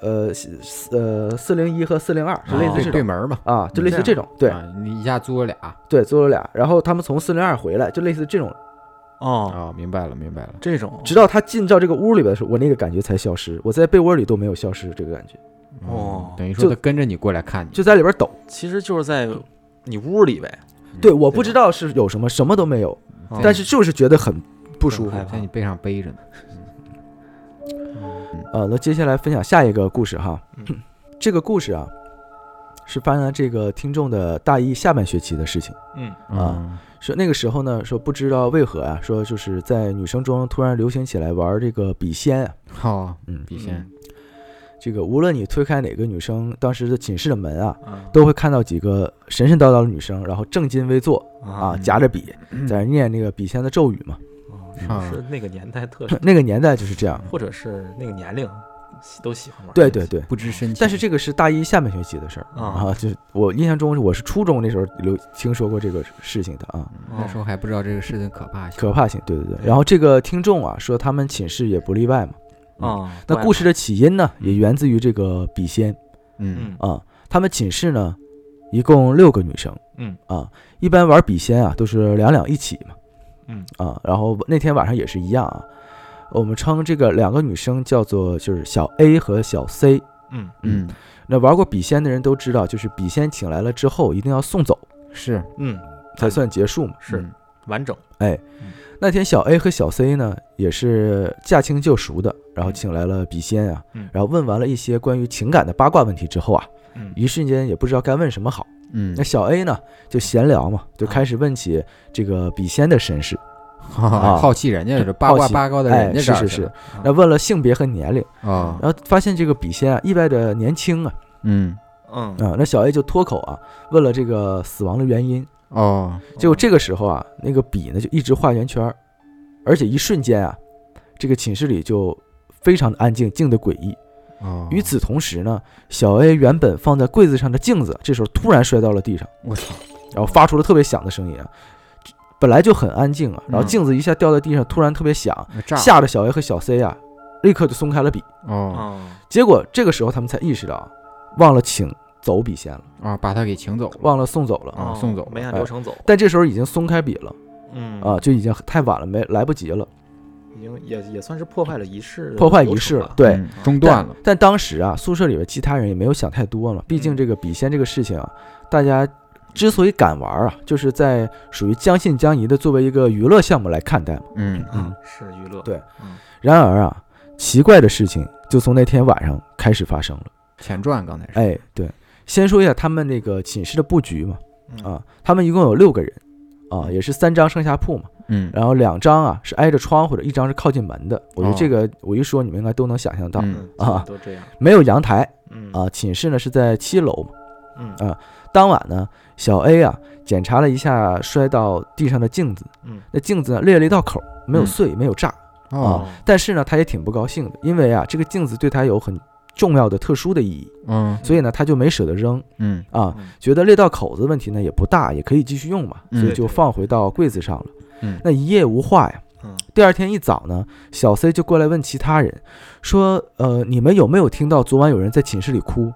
B: 呃四呃四零一和四零二是类
C: 哦
B: 似这
C: 对对
B: 种
C: 门儿嘛。
B: 啊，就类似这种，对
C: 啊，你一下租了俩。
B: 对，租了俩，然后他们从四零二回来，就类似这种
A: 哦，
C: 哦，明白了，明白了。
A: 这种
B: 直到他进到这个屋里边的时候，我那个感觉才消失。我在被窝里都没有消失这个感觉，
C: 嗯
A: 哦
C: 等于说
B: 就
C: 他跟着你过来看你。
B: 就在里边抖。
A: 其实就是在你屋里呗，
B: 对，我不知道是有什么，什么都没有，
A: 哦
B: 但是就是觉得很不舒服啊
A: 很害。
C: 在你背上背着呢。
B: 呃，那接下来分享下一个故事哈
A: 嗯。
B: 这个故事啊，是发生在这个听众的大一下半学期的事情。
A: 嗯
B: 啊说那个时候呢，说不知道为何啊，说就是在女生中突然流行起来玩这个笔仙啊。
C: 嗯，好，
B: 嗯，
C: 笔仙。
B: 这个无论你推开哪个女生当时的寝室的门啊，
A: 啊
B: 都会看到几个神神叨叨的女生，然后正襟危坐，啊，
A: 啊
B: 夹着笔在那念那个笔仙的咒语嘛。
C: 啊
A: 是那个年代特殊，
B: 那个年代就是这 样，
A: 或者是那个年龄喜都喜欢玩，
B: 嗯对对对。
C: 不知深浅。
B: 但是这个是大一下半学期的事儿
A: 啊
B: 啊，就是我印象中我是初中那时候有听说过这个事情的啊，
C: 嗯那时候还不知道这个事情可怕性。
B: 可怕性，对对对。然后这个听众啊说他们寝室也不例外嘛。
A: 啊，
B: 嗯那故
A: 事
B: 事的起因呢也源自于这个笔仙
C: 嗯
A: 嗯
B: 啊，他们寝室呢一共六个女生，
A: 嗯
B: 啊，一般玩笔仙啊都是两两一起嘛，
A: 嗯
B: 啊，然后那天晚上也是一样啊，我们称这个两个女生叫做就是小 A 和小 C。
A: 嗯
C: 嗯，
B: 那玩过笔仙的人都知道，就是笔仙请来了之后，一定要送走
C: 是
A: 嗯
B: 才算结束嘛。哎
A: 是嗯
C: 嗯
A: 完整，
B: 那天小 A 和小 C 呢，也是驾轻就熟的，然后请来了笔仙啊
A: 嗯，
B: 然后问完了一些关于情感的八卦问题之后啊，
A: 嗯
B: 一瞬间也不知道该问什么好。
C: 嗯
B: 那，小 A 呢，就闲聊嘛，就开始问起这个笔仙的身世，啊
C: 好奇人家这八
B: 好
C: 卦
B: 奇
C: 八卦的
B: 哎
C: 人，家
B: 是
C: 这儿
B: 是
C: 去
B: 是
C: 了，
B: 那问了性别和年龄，
C: 啊，
B: 然后发现这个笔仙啊意外的年轻啊，
C: 嗯
A: 嗯
B: 啊，那小 A 就脱口啊问了这个死亡的原因，
C: 哦，
B: 结果这个时候啊，那个笔呢就一直画圆圈儿，而且一瞬间啊，这个寝室里就非常的安静，静的诡异。
C: 哦
B: 与此同时呢，小 A 原本放在柜子上的镜子，这时候突然摔到了地上，
C: 我操，
B: 然后发出了特别响的声音啊。本来就很安静啊，然后
A: 嗯
B: 镜子一下掉在地上，突然特别响，
C: 那炸
B: 吓得小 A 和小 C 啊，立刻就松开了笔。
C: 哦
A: 啊
B: 结果这个时候他们才意识到啊，忘了请走笔仙了，
C: 啊，把他给请走了。
B: 忘了嗯送走了。
C: 啊送走了
A: 没按流程走，
B: 但这时候已经松开笔了
A: 嗯
B: 啊，，就已经太晚了，没来不及了。
A: 已经也也算是破坏了仪式的流程吧，
B: 破坏仪式了，对。
C: 嗯，中断了。
B: 但当时啊，宿舍里边其他人也没有想太多嘛，毕
C: 嗯
B: 竟这个笔仙这个事情啊，大家之所以敢玩啊，就是在属于将信将疑的作为一个娱乐项目来看待嘛。
C: 嗯
A: 啊，是娱乐，
B: 对
A: 嗯，
B: 然而啊，奇怪的事情就从那天晚上开始发生了。哎
C: 前传刚才是，
B: 哎，对，先说一下他们那个寝室的布局嘛，
A: 嗯
B: 啊，他们一共有六个人，啊，也是三张上下铺嘛，
C: 嗯
B: 然后两张啊是挨着窗户的，一张是靠近门的。我觉得
A: 哦
B: 这个我一说你们应该都能想象到，
C: 嗯
B: 啊
A: 都这样，
B: 没有阳台
A: 嗯
B: 啊，寝室呢是在七楼嘛。
A: 嗯
B: 当晚呢，小 A 啊检查了一下摔到地上的镜子，
A: 嗯
B: 那镜子呢裂了一道口，没有碎，没有炸。
C: 哦
B: 但是呢，他也挺不高兴的，因为啊这个镜子对他有很重要的特殊的意义，
C: 嗯
B: 所以呢他就没舍得扔
C: 嗯
B: 啊，
A: 嗯
B: 觉得裂到口子问题呢也不大，也可以继续用嘛，所
C: 嗯
B: 以就放回到柜子上了。
C: 嗯
B: 那一夜无话呀。
A: 嗯
B: 第二天一早呢，小 C 就过来问其他人，说：“呃，你们有没有听到昨晚有人在寝室里哭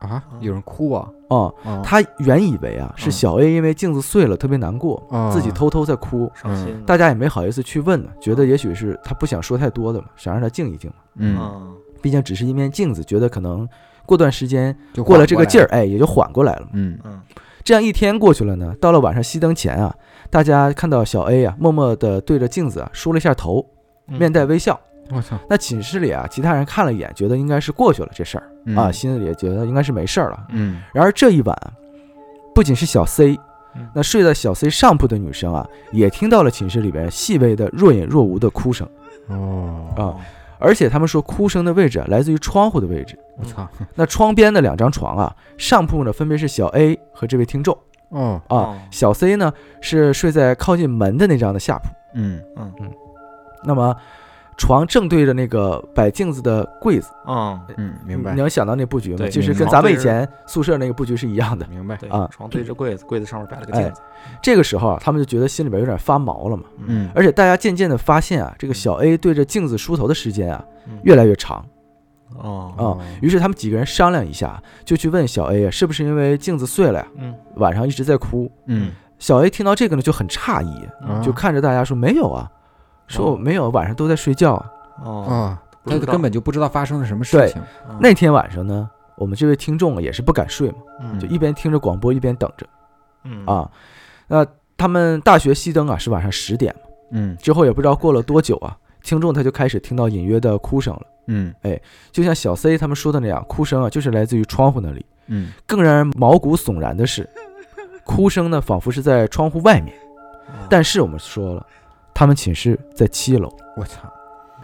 C: 啊，有人哭啊？？”
B: 哦，
C: 哦
B: 他原以为啊是
C: 嗯
B: 小 A 因为镜子碎了特别难过，
C: 哦嗯
B: 自己偷偷在哭，
A: 伤心，
B: 大家也没好意思去问呢，觉得也许是他不想说太多的嘛，想让他静一静嘛，啊
C: 嗯，
A: 嗯
B: 毕竟只是一面镜子，觉得可能过段时间
C: 就
B: 过
C: 了
B: 了这个劲儿，，哎，也就缓过来了嘛。
C: 嗯
A: 嗯
B: 这样一天过去了呢，到了晚上熄灯前啊，大家看到小 A 啊默默地对着镜子啊梳了一下头，
A: 嗯
B: 面带微笑。
C: 我操
B: 那寝室里啊，其他人看了一眼，觉得应该是过去了这事儿、
A: 嗯
B: 啊，，心里也觉得应该是没事儿了。
C: 嗯
B: 然而这一晚，啊不仅是小 C，
A: 嗯
B: 那睡在小 C 上铺的女生啊，也听到了寝室里边细微的若隐若无的哭声，
C: 嗯哦，
B: 啊，而且他们说哭声的位置啊，来自于窗户的位置。
C: 我操
B: 那窗边的两张床啊，上铺呢分别是小 A 和这位听众
C: 哦
B: 啊，
A: 哦
B: 小 C 呢是睡在靠近门的那张的下铺。
C: 嗯
B: 那么，床正对着那个摆镜子的柜子。
A: 嗯
C: 嗯，明白
B: 你能想到那布局吗？
A: 对
B: 其实
C: 明白嗯
B: 跟咱们以前宿舍那个布局是一样的。
C: 明白，
A: 对
B: 啊哎
A: 床对着柜子，柜子上面摆了个镜子，
B: 这个时候啊，他们就觉得心里边有点发毛了嘛。
C: 嗯
B: 而且大家渐渐的发现啊，这个小 A 对着镜子梳头的时间啊
A: 嗯
B: 越来越长。
A: 哦
B: 啊于是他们几个人商量一下，就去问小 A 啊，是不是因为镜子碎了呀？
A: 嗯
B: 晚上一直在哭。
C: 嗯
B: 小 A 听到这个呢就很诧异，
C: 啊
B: 就看着大家说没有啊，说我没有，晚上都在睡觉啊。
A: 哦
C: 哦，
A: 不
C: 他
A: 知道
C: 根本就不知道发生了什么事
B: 对
C: 情，
A: 嗯
B: 那天晚上呢，我们这位听众啊也是不敢睡嘛，
A: 嗯
B: 就一边听着广播一边等着
A: 嗯
B: 啊。那他们大学熄灯啊是晚上十点。
C: 嗯
B: 之后也不知道过了多久啊，听众他就开始听到隐约的哭声了，
C: 嗯
B: 就像小 C 他们说的那样，哭声啊就是来自于窗户那里。
C: 嗯
B: 更让人毛骨悚然的 是，哭声呢仿佛是在窗户外面。
A: 哦
B: 但是我们说了，他们寝室在七楼。
C: 我操，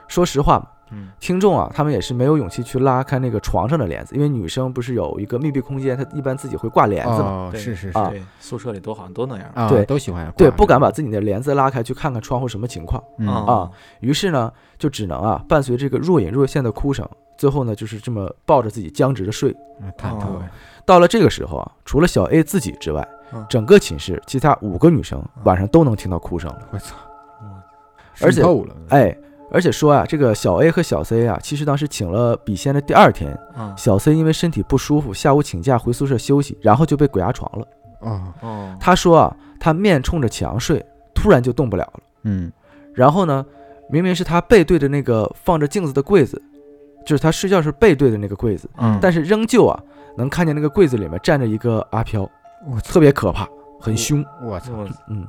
B: 说实话嘛，
A: 嗯
B: 听众啊，他们也是没有勇气去拉开那个床上的帘子，因为女生不是有一个密闭空间，她一般自己会挂帘子嘛。
C: 哦
A: 对
C: 是是是
B: 啊
A: 对宿舍里都好像都那样
C: 啊，
B: 对
C: 都喜欢
B: 对，
C: 挂
B: 不
C: 着
B: 敢把自己的帘子拉开去看看窗户什么情况。
C: 嗯
B: 啊于是呢，就只能啊，伴随这个若隐若现的哭声，最后呢，就是这么抱着自己僵直的睡。
C: 嗯忐忑呀，
B: 到了这个时候啊，除了小 A 自己之外
A: 嗯，
B: 整个寝室其他五个女生晚上都能听到哭声了。
C: 我操，
B: 而且
C: 渗透了，
B: 哎，而且说啊，这个小 A 和小 C 啊，其实当时请了笔仙的第二天，
A: 啊
B: 小 C 因为身体不舒服，下午请假回宿舍休息，然后就被鬼压床了。
C: 哦
A: 哦
B: 他说啊，他面冲着墙睡，突然就动不了了。
C: 嗯
B: 然后呢，明明是他背对着那个放着镜子的柜子，就是他睡觉时背对着那个柜子，
C: 嗯
B: 但是仍旧啊，能看见那个柜子里面站着一个阿飘，
C: 我操
B: 特别可怕，很凶。
C: 我操，
A: 我
B: 嗯，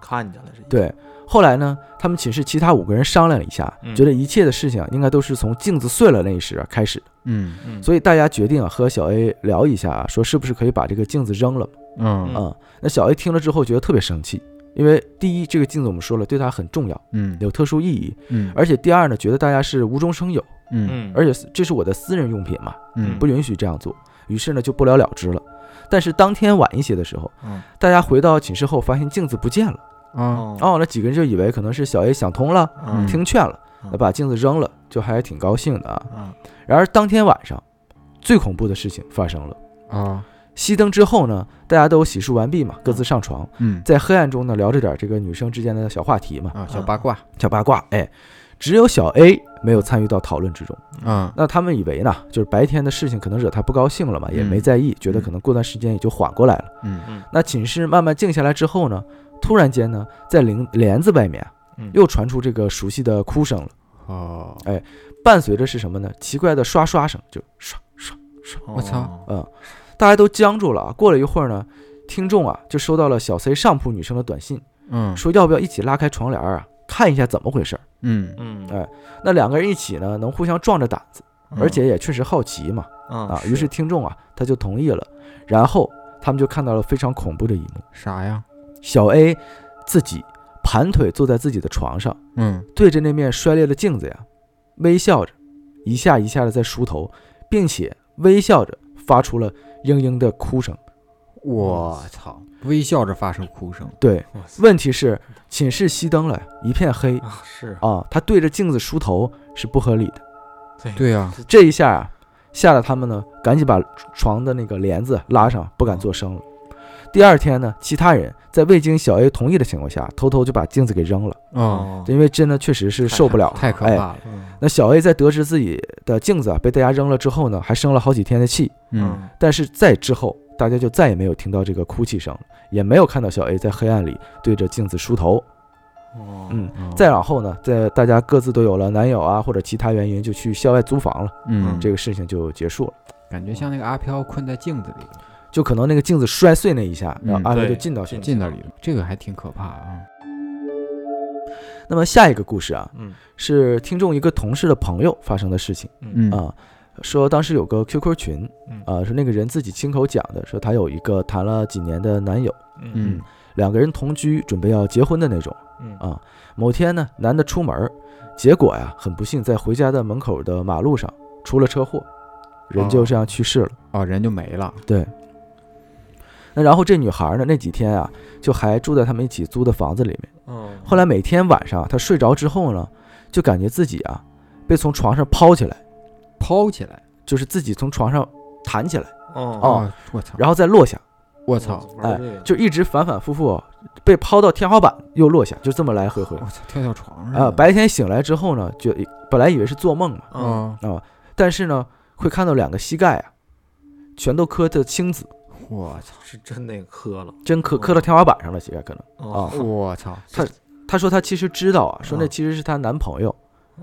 A: 看见了这
B: 对。后来呢，他们寝室其他五个人商量了一下，
A: 嗯
B: 觉得一切的事情啊应该都是从镜子碎了那一时啊开始的，
C: 嗯
A: 嗯
B: 所以大家决定啊和小 A 聊一下啊，说是不是可以把这个镜子扔了
C: 嗯
B: 嗯，那小 A 听了之后觉得特别生气，因为第一，这个镜子我们说了对他很重要，
C: 嗯
B: 有特殊意义，
C: 嗯
B: 而且第二呢，觉得大家是无中生有，
C: 嗯
A: 嗯
B: 而且这是我的私人用品嘛，
C: 嗯
B: 不允许这样做。于是呢，就不了了之了。但是当天晚一些的时候，
A: 嗯
B: 大家回到寝室后，发现镜子不见了。
C: 啊
B: 哦，那几个人就以为可能是小 A 想通了，
A: 嗯
B: 听劝了
A: 嗯，
B: 那把镜子扔了，就还挺高兴的啊。
A: 啊
B: 然而当天晚上，最恐怖的事情发生了。
C: 啊
B: 熄灯之后呢，大家都洗漱完毕嘛，各自上床，
C: 嗯
B: 在黑暗中呢聊着点这个女生之间的小话题
A: 嗯
B: 嘛，
C: 啊小八卦
B: 小八卦。哎，只有小 A 没有参与到讨论之中。
C: 啊
B: 那他们以为呢，就是白天的事情可能惹他不高兴了嘛，也没
C: 嗯
B: 在意，觉得可能过段时间也就缓过来了。
C: 嗯
B: 那寝室慢慢静下来之后呢，突然间呢，在帘帘子外面啊
A: 嗯
B: 又传出这个熟悉的哭声了，
C: 哦
B: 伴随着是什么呢？奇怪的刷刷声，就刷刷。
C: 我操
B: 嗯，大家都僵住了啊。过了一会儿呢，听众啊就收到了小 C 上铺女生的短信，
C: 嗯
B: 说要不要一起拉开床帘儿啊，看一下怎么回事儿。
C: 嗯
A: 嗯
B: 哎那两个人一起呢，能互相壮着胆子，
C: 嗯
B: 而且也确实好奇嘛。
A: 啊
B: 啊，于是听众啊他就同意了，然后他们就看到了非常恐怖的一幕，
C: 啥呀
B: 小 A 自己盘腿坐在自己的床上，
C: 嗯
B: 对着那面摔裂的镜子呀，微笑着，一下一下的在梳头，并且微笑着发出了嘤嘤的哭声。
C: 我操，微笑着发出哭声，
B: 对，
A: 我操
B: 问题是寝室熄灯了，一片黑
A: 啊！是
B: 啊，他对着镜子梳头是不合理的。
C: 对呀、啊，
B: 这一下啊，吓得他们呢，赶紧把床的那个帘子拉上，不敢作声了。第二天呢，其他人在未经小 A 同意的情况下，偷偷就把镜子给扔了，
C: 哦，
B: 因为真的确实是受不了了
C: 太可
B: 哎
C: 怕了，
A: 嗯
B: 那小 A 在得知自己的镜子啊被大家扔了之后呢，还生了好几天的气。
C: 嗯，
B: 但是在之后，大家就再也没有听到这个哭泣声，也没有看到小 A 在黑暗里对着镜子梳头。
A: 哦
B: 嗯，
C: 哦
B: 再往后呢，在大家各自都有了男友啊或者其他原因，就去校外租房了，
C: 嗯，
B: 这个事情就结束了。
C: 感觉像那个阿飘困在镜子里，
B: 就可能那个镜子摔碎那一下，
C: 嗯
B: 然后阿飘就
A: 对
B: 进到去了。
C: 进到里了，这个还挺可怕啊。
B: 那么下一个故事啊，
A: 嗯
B: 是听众一个同事的朋友发生的事情
A: 嗯
C: 嗯
B: 啊。说当时有个 QQ 群
A: 嗯，
B: 啊、是那个人自己亲口讲的，说他有一个谈了几年的男友，
C: 嗯
B: 两个人同居，准备要结婚的那种。
A: 嗯
B: 啊某天呢，男的出门儿，结果呀，很不幸在回家的门口的马路上出了车祸，人就这样去世了。
C: 哦，人就没了。
B: 对。那然后这女孩呢，那几天啊，就还住在他们一起租的房子里面。
A: 嗯，
B: 后来每天晚上她睡着之后呢，就感觉自己啊被从床上抛起来，
C: 抛起来。
B: 就是自己从床上弹起来，
A: 哦
B: 哦
C: 啊，我操！
B: 然后再落下，
C: 我操！，
B: 哎
A: 玩这个
B: 就一直反反复复被抛到天花板又落下，就这么来回回
C: 我。操！跳跳床上
B: 啊，白天醒来之后呢，就本来以为是做梦嘛，
A: 嗯
C: 啊！
B: 但是呢，会看到两个膝盖啊，全都磕的青紫，
C: 我操！
A: 是真那个磕了
B: 真磕
A: 嗯
B: 磕到天花板上了，膝盖可能。
A: 哦
C: 我操！
B: 他她说她其实知道啊，说那
A: 啊
B: 其实是她男朋友，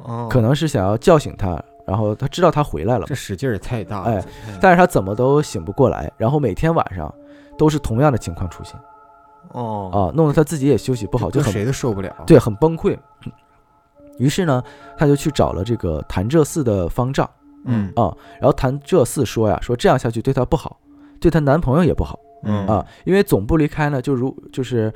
A: 哦
B: 可能是想要叫醒她，然后她知道她回来了嘛，
C: 这使劲儿也太大了！
B: 哎但是她怎么都醒不过来，然后每天晚上都是同样的情况出现
A: 哦
B: 啊，弄得她自己也休息不好，
C: 这
B: 就
C: 跟
B: 很
C: 谁都受不了。，
B: 对很崩溃。于是呢，她就去找了这个潭柘寺的方丈，
C: 嗯
B: 啊，然后潭柘寺说呀，说这样下去对她不好，对她男朋友也不好。
C: 嗯
B: 啊，因为总不离开呢，就如就是，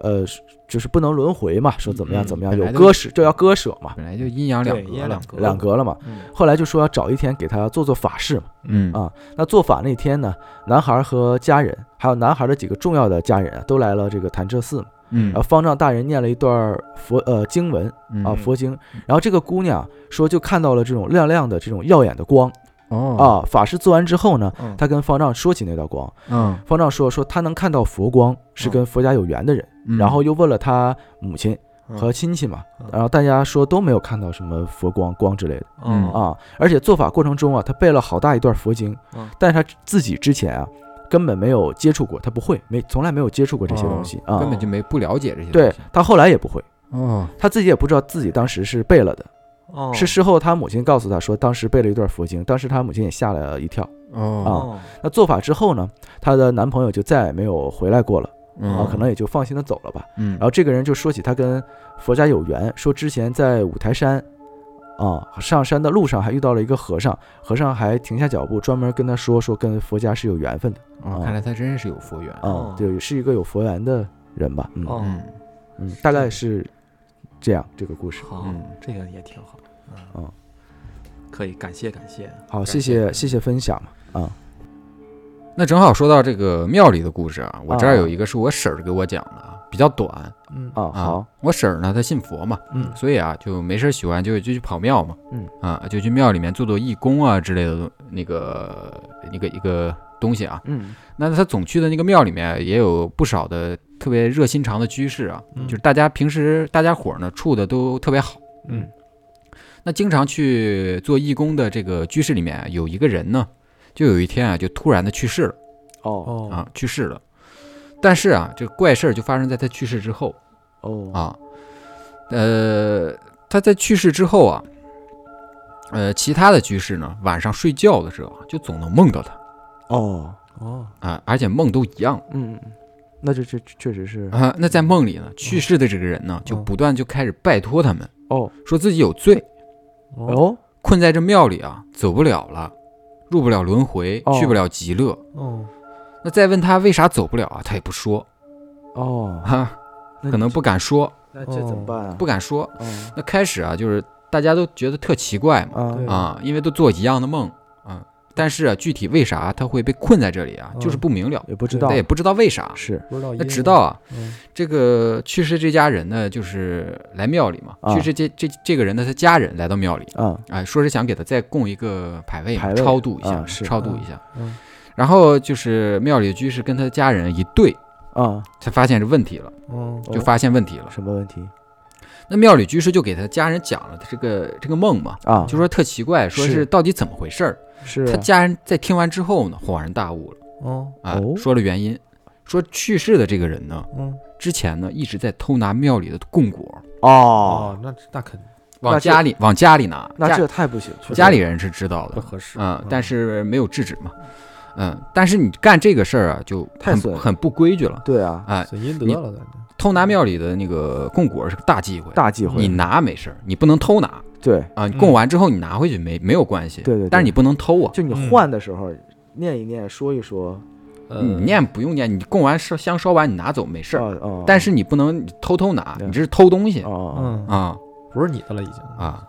B: 呃，是就是不能轮回嘛，说怎么样
A: 嗯
B: 怎么样，
C: 本
B: 有
C: 来就
B: 割舍就要割舍嘛，
C: 本来就阴阳两
A: 对阴
C: 隔
A: 阳
C: 了
A: 两。隔
B: 两隔了嘛。
A: 嗯
B: 后来就说要找一天给他做做法事嘛。
C: 嗯
B: 啊那做法那天呢，男孩和家人，还有男孩的几个重要的家人啊，都来了这个潭柘寺嘛。
C: 嗯
B: 然后方丈大人念了一段佛呃经文啊
C: 嗯
B: 佛经，然后这个姑娘说就看到了这种亮亮的这种耀眼的光
C: 哦
B: 啊。法事做完之后呢，
A: 嗯
B: 她跟方丈说起那道光，
C: 嗯
B: 方丈说说她能看到佛光是跟佛家有缘的人。
C: 嗯
B: 然后又问了他母亲
A: 嗯
B: 和亲戚嘛
A: 嗯，
B: 然后大家说都没有看到什么佛光光之类的
A: 嗯
B: 啊，而且做法过程中啊，他背了好大一段佛经
A: 嗯，
B: 但是他自己之前啊根本没有接触过，他不会，没从来没有接触过这些东西啊
C: 哦根，本就没不了解这些东
B: 对
C: 西。
B: 他后来也不会，
C: 嗯哦，
B: 他自己也不知道自己当时是背了的，
A: 哦
B: 是事后他母亲告诉他说当时背了一段佛经，当时他母亲也吓了一跳。
C: 哦
A: 哦
B: 那做法之后呢，她的男朋友就再也没有回来过了啊
A: 哦，
B: 可能也就放心的走了吧。
C: 嗯
B: 然后这个人就说起他跟佛家有缘，说之前在五台山，啊，上山的路上还遇到了一个和尚，和尚还停下脚步，专门跟他说说跟佛家是有缘分的
C: 哦，看来他真是有佛缘。
B: 啊
A: 哦，
B: 对，是一个有佛缘的人吧，嗯、
A: 哦
C: 嗯
B: 嗯，大概是这样这个故事。
A: 好
C: 嗯
A: 这个也挺好
B: 嗯
A: 嗯可以感谢感谢
B: 好，
A: 感
B: 谢谢谢谢分享嘛，啊，
C: 那正好说到这个庙里的故事啊，我这儿
B: 啊
C: 有一个是我婶儿给我讲的，啊，比较短
A: 嗯
B: 啊，
C: 啊。
B: 好，，
C: 我婶儿呢，她信佛嘛，
B: 嗯
C: 所以啊，就没事儿喜欢就就去跑庙嘛，
B: 嗯
C: 啊，就去庙里面做做义工啊之类的东那个一个一个东西啊。
B: 嗯
C: 那他总去的那个庙里面也有不少的特别热心肠的居士啊，
A: 嗯
C: 就是大家平时大家伙儿呢处的都特别好。
A: 嗯
C: 那经常去做义工的这个居士里面啊，有一个人呢，就有一天啊，就突然的去世了。
B: 哦
A: 哦
C: 啊，去世了。但是啊，这怪事儿就发生在他去世之后
B: 哦
C: 啊。呃，他在去世之后啊，呃，其他的居士呢，晚上睡觉的时候啊就总能梦到他
B: 哦，
A: 哦
C: 啊，而且梦都一样
B: 嗯，嗯那这这确实是
C: 啊。那在梦里呢，去世的这个人呢，就
A: 嗯
C: 不断就开始拜托他们，
B: 哦
C: 说自己有罪，
B: 哦
C: 困在这庙里啊，走不了了，入不了轮回，
B: 哦
C: 去不了极乐。
A: 哦
C: 那再问他为啥走不了啊，他也不说
B: 哦，
C: 啊。
B: 那
C: 可能
B: 你
C: 不敢说，
A: 哦
B: 那这怎么办啊？
C: 不敢说。
B: 嗯，
C: 那开始啊，就是大家都觉得特奇怪嘛，
B: 啊
A: 对
C: 啊，因为都做一样的梦啊。但是啊，具体为啥他会被困在这里啊，就是
A: 嗯
C: 不明了，
B: 也不知道
C: 他也不知道为啥。
B: 是
A: 不知道因
C: 那
A: 为
C: 直到啊，
A: 嗯
C: 这个去世这家人呢，就是来庙里嘛，
B: 啊
C: 去世这这这个人的他家人来到庙里，
B: 啊
C: 啊，说是想给他再供一个牌位嘛，
B: 牌位
C: 超度一下，
B: 啊是
C: 超度一下。
A: 嗯
C: 然后就是庙里的居士跟他家人一对，
B: 啊，
C: 才发现是问题了，
A: 嗯
C: 就
B: 哦
C: 发现问题了。
B: 什么问题
C: 那庙里居士就给他家人讲了他这个这个梦嘛，
B: 啊？
C: 就说特奇怪，说是
B: 是
C: 到底怎么回事儿。
B: 是啊
C: 他家人在听完之后呢，恍然大悟了
A: 嗯
C: 啊，
B: 哦
C: 说了原因，说去世的这个人呢，
A: 嗯
C: 之前呢一直在偷拿庙里的供果，
B: 哦，，
A: 那那肯定
C: 往
B: 那这
C: 家里往家里拿，
B: 那
C: 家
B: 这太不行了，
C: 家里人是知道的
A: 不，合适
C: 嗯，但是没有制止嘛，嗯，但是你干这个事儿啊，就
B: 太
C: 很
B: 损
C: 很不规矩了
B: 对啊，
C: 啊！
A: 损阴德了，感觉
C: 偷拿庙里的那个供果是个大忌讳，
B: 大忌讳
C: 你，拿没事儿，你不能偷拿
B: 对，
C: 啊！你
A: 嗯
C: 供完之后你拿回去没没有关系，
B: 对对对
C: 但是你不能偷啊，
B: 就你
A: 嗯
B: 换的时候念一念，说一说，
A: 呃
C: 你念不用念，你供完烧香烧完你拿走没事
B: 啊
C: 儿，
B: 啊，
C: 但是你不能偷偷拿，
B: 对
C: 你这是偷东西
B: 哦
C: 啊
B: 哦
A: 嗯不是你的了已经
C: 啊！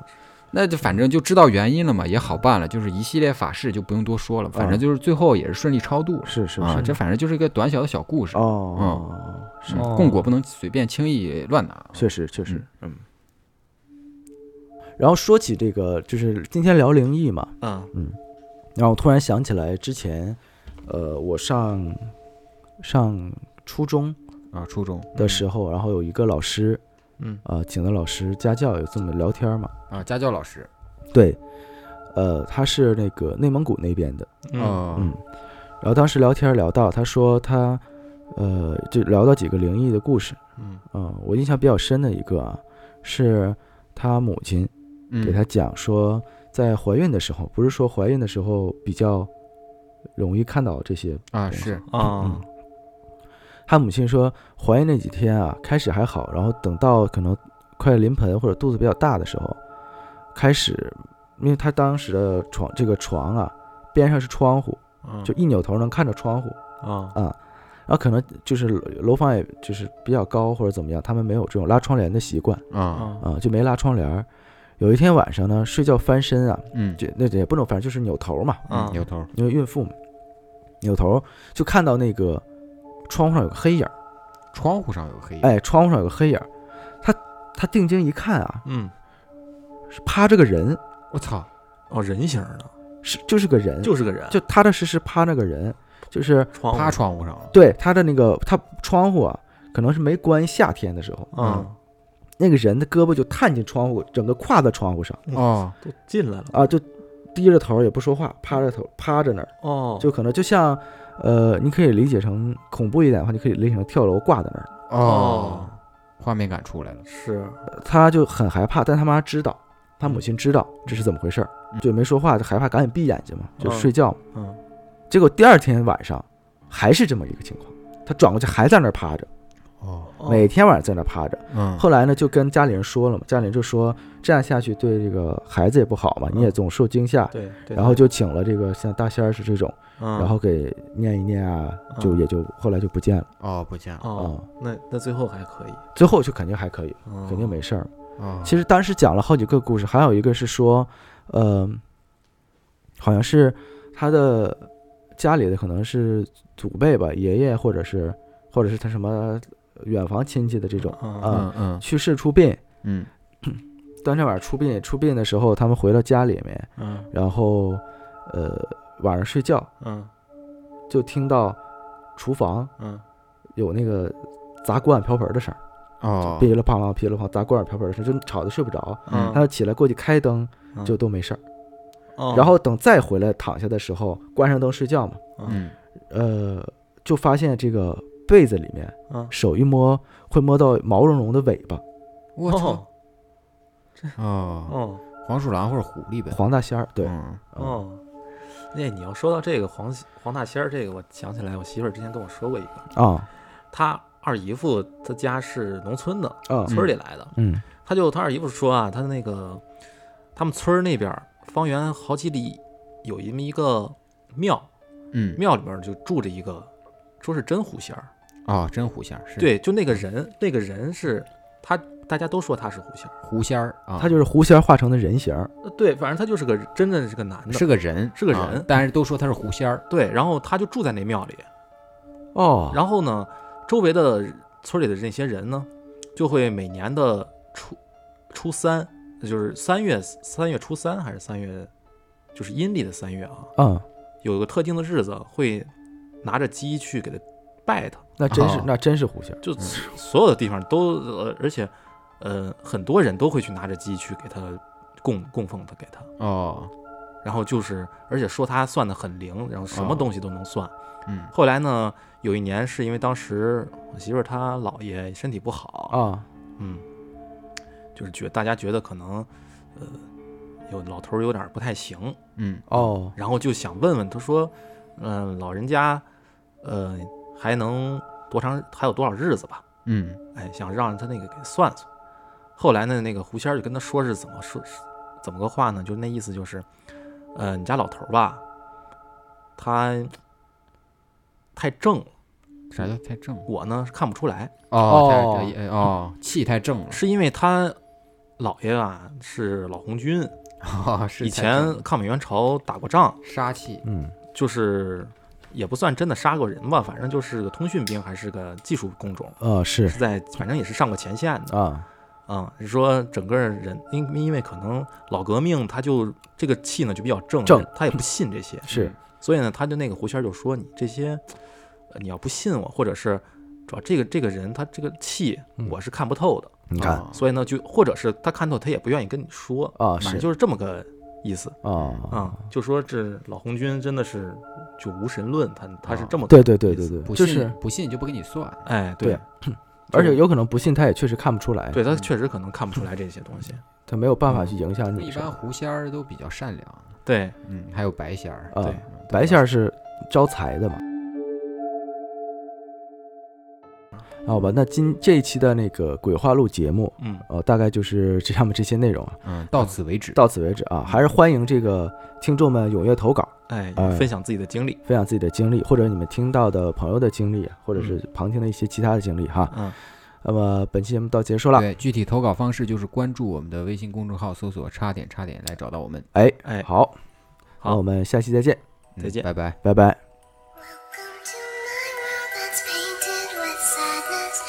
C: 那就反正就知道原因了嘛，也好办了，就是一系列法事就不用多说了，反正就是最后也是顺利超度
B: 哦，是是
C: 啊
B: 是，，
C: 这反正就是一个短小的小故事
B: 哦。哦，是
C: 嗯
A: 哦
C: 供果不能随便轻易乱拿。
B: 确实确实
C: 嗯，
B: 嗯。然后说起这个，就是今天聊灵异嘛，
A: 嗯
B: 然后我突然想起来之前，呃，我上上初中
C: 啊，初中
B: 的时候，然后有一个老师，
A: 嗯
B: 呃，景德老师家教有这么聊天嘛，
C: 啊，家教老师，
B: 对，呃，他是那个内蒙古那边的，
A: 嗯
C: 哦
B: 嗯，然后当时聊天聊到，他说他，呃，就聊到几个灵异的故事，
A: 嗯
B: 嗯、我印象比较深的一个啊，是他母亲
C: 嗯
B: 给他讲说，在怀孕的时候，不是说怀孕的时候比较容易看到这些
C: 啊
B: 东西
C: 是
A: 啊
B: 他母亲说，怀孕那几天啊，开始还好，然后等到可能快临盆或者肚子比较大的时候，开始，因为她当时的床这个床啊边上是窗户，就一扭头能看着窗户，
A: 啊
B: 然后可能就是楼房也就是比较高或者怎么样，他们没有这种拉窗帘的习惯
C: 啊
A: 啊
B: 啊，就没拉窗帘儿。有一天晚上呢，睡觉翻身啊，
C: 嗯
B: 就那也不能翻，就是扭头嘛，
A: 啊
C: 嗯，有头
B: 因为孕妇嘛，扭头就看到那个窗户上有个黑影儿。
C: 窗户上有黑影，
B: 哎，窗户上有个黑影儿，他他定睛一看啊，
A: 嗯
B: 是趴着个人，
C: 我操，
A: 哦人形儿的
B: 是就是个人，
A: 就是个人
B: 就踏踏实实趴那个人，就是
A: 窗户
C: 趴窗户上了，
B: 对他的那个他窗户啊，可能是没关夏天的时候，嗯
A: 啊
B: 那个人的胳膊就探进窗户，整个跨在窗户上
A: 嗯
C: 哦，
A: 都进来了
B: 啊，就低着头也不说话，趴着头趴着那儿，
A: 哦
B: 就可能就像呃，你可以理解成恐怖一点的话，你可以理解成跳楼挂在那儿，
C: 哦，画面感出来了，
A: 是
B: 他就很害怕，但他妈知
A: 嗯
B: 道，他母亲知道这是怎么回事儿，就也没说话，就害怕，赶紧闭眼睛嘛，就
A: 嗯
B: 睡觉嘛。
A: 嗯
B: 结果第二天晚上还是这么一个情况，他转过去还在那儿趴着，
C: 哦，
A: 哦
B: 每天晚上在那儿趴着。
C: 嗯，
B: 后来呢，就跟家里人说了嘛，家里人就说这样下去对这个孩子也不好嘛，
A: 嗯
B: 你也总受惊吓。
A: 对对嗯
B: 然后就请了这个像大仙儿是这种，
A: 然
B: 然后给念一念啊，就
A: 嗯
B: 也就后来就不见了
C: 哦，不见了，
B: 啊、
A: 哦那那最后还可以
B: 最后就肯定还可以，肯定
A: 哦
B: 没事儿。
C: 哦，
B: 其实当时讲了好几个故事，还有一个是说，呃，好像是他的家里的可能是祖辈吧，爷爷或者是或者是他什么远房亲戚的这种
A: 啊
B: 啊、
C: 嗯嗯
B: 去世出殡，
C: 嗯
B: 当天晚上出殡，出殡的时候他们回到家里面，
A: 嗯
B: 然后呃晚上睡觉
A: 嗯
B: 就听到厨房
A: 嗯
B: 有那个砸锅碗瓢盆的声儿，
C: 哦，
B: 噼里啪啦噼里啪啦砸锅碗瓢盆的声儿，就吵得睡不着。
C: 嗯
B: 他就起来过去开灯，
A: 嗯
B: 就都没事儿。
A: 哦
B: 然后等再回来躺下的时候，关上灯睡觉嘛，
C: 嗯
B: 呃，就发现这个被子里面
A: 嗯
B: 手一摸会摸到毛茸茸的尾巴，
C: 我操，哦，
A: 哦
C: 黄鼠狼或者狐狸呗，
B: 黄大仙儿，对，
C: 嗯
B: 嗯，
A: 哦。那你要说到这个黄黄大仙儿，这个我想起来，我媳妇儿之前跟我说过一个，
B: 啊
A: 她二姨夫他家是农村的，
B: 啊
A: 村儿里来的，
B: 嗯
A: 他就他二姨夫说啊，他那个他们村儿那边儿方圆好几里有这么一个庙，
C: 嗯
A: 庙里面就住着一个，说是真狐仙儿，
C: 啊，真狐仙儿是
A: 对，就那个人，那个人是他，大家都说他是狐仙儿，
C: 狐仙儿啊，
B: 他嗯就是狐仙儿化成的人形儿，
A: 呃对，反正他就是个真的是个男的，
C: 是个人，
A: 是个
C: 啊
A: 人
C: 但是都说他是狐仙儿，
A: 对，然后他就住在那庙里，
B: 哦，
A: 然后呢，周围的村里的那些人呢，就会每年的初初三，就是三月三月初三还是三月，就是阴历的三月啊，
B: 嗯，
A: 有一个特定的日子会拿着鸡去给他拜他，
B: 那真是
C: 哦
B: 那真是狐仙儿，
A: 就所有的地方都，呃，而且，呃，很多人都会去拿着鸡去给他供供奉他给他，
C: 哦，
A: 然后就是，而且说他算的很灵，然后什么
C: 哦
A: 东西都能算。
C: 嗯，
A: 后来呢，有一年是因为当时我媳妇儿她姥爷身体不好，
B: 啊，
A: 嗯，就是觉大家觉得可能，呃，有老头儿有点儿不太行，
C: 嗯，
B: 哦，
A: 然后就想问问，他说，嗯、老人家，呃，还能多长，还有多少日子吧？
C: 嗯，
A: 哎，想让他那个给算算。后来呢，那个狐仙儿就跟他说是怎么说，是怎么个话呢？就那意思就是，呃，你家老头儿吧，他太正了，
C: 啥叫太正了？
A: 我呢看不出来，
C: 哦，
B: 哦
C: 太太哦，气太正了，
B: 嗯
A: 是因为他姥爷啊是老红军，
C: 啊，是
A: 以
C: 太正
A: 前
C: 了
A: 抗美援朝打过仗，
C: 杀气，
B: 嗯，
A: 就是也不算真的杀过人吧，反正就是个通讯兵，还是个技术工种，
B: 啊是
A: 是在反正也是上过前线的
B: 啊，
A: 啊。是说整个人因因为可能老革命，他就这个气呢就比较正，
B: 正嗯
A: 他也不信这些，
B: 是
C: 嗯
A: 所以呢，他就那个胡仙儿就说你这些，呃你要不信我，或者是主要这个这个人他这个气
B: 嗯
A: 我是看不透的，
B: 你
C: 你
B: 看
A: 所以呢就或者是他看透他也不愿意跟你说，
B: 啊
A: 反正
B: 是
A: 就是这么个意思。
B: 啊，
A: 啊、就说这老红军真的是就无神论，他他是这么、
B: 哦对对对对对，
C: 不
B: 就
C: 信
B: 是
C: 不信就不给你算，
A: 哎
B: 对哎嗯而且有可能不信他也确实看不出来，
A: 对嗯他确实可能看不出来这些东西，
B: 他没有办法去影响你
C: 一。般狐仙儿都比较善良，
A: 对
C: 嗯，还有白仙儿，
B: 啊
A: 对，
C: 嗯
B: 白仙儿是招财的嘛。好吧，那今这一期的那个鬼话录节目，
A: 嗯，
B: 呃，大概就是这上面这些内容啊，
C: 嗯，到此为止，
B: 到此为止啊，还是欢迎这个听众们踊跃投稿，
A: 哎
B: 哎，
A: 分享自己的经历，
B: 分享自己的经历，或者你们听到的朋友的经历，或者是旁听的一些其他的经历哈。
A: 嗯，
B: 那么本期节目到结束了，
C: 对，具体投稿方式就是关注我们的微信公众号，搜索“差点差点”来找到我们。
B: 哎，
A: 哎，
B: 好，那
A: 好
B: 我们下期再见，
C: 嗯
A: 再见
C: 拜拜。
B: 拜拜。
D: Welcome to my world that's painted with sadness.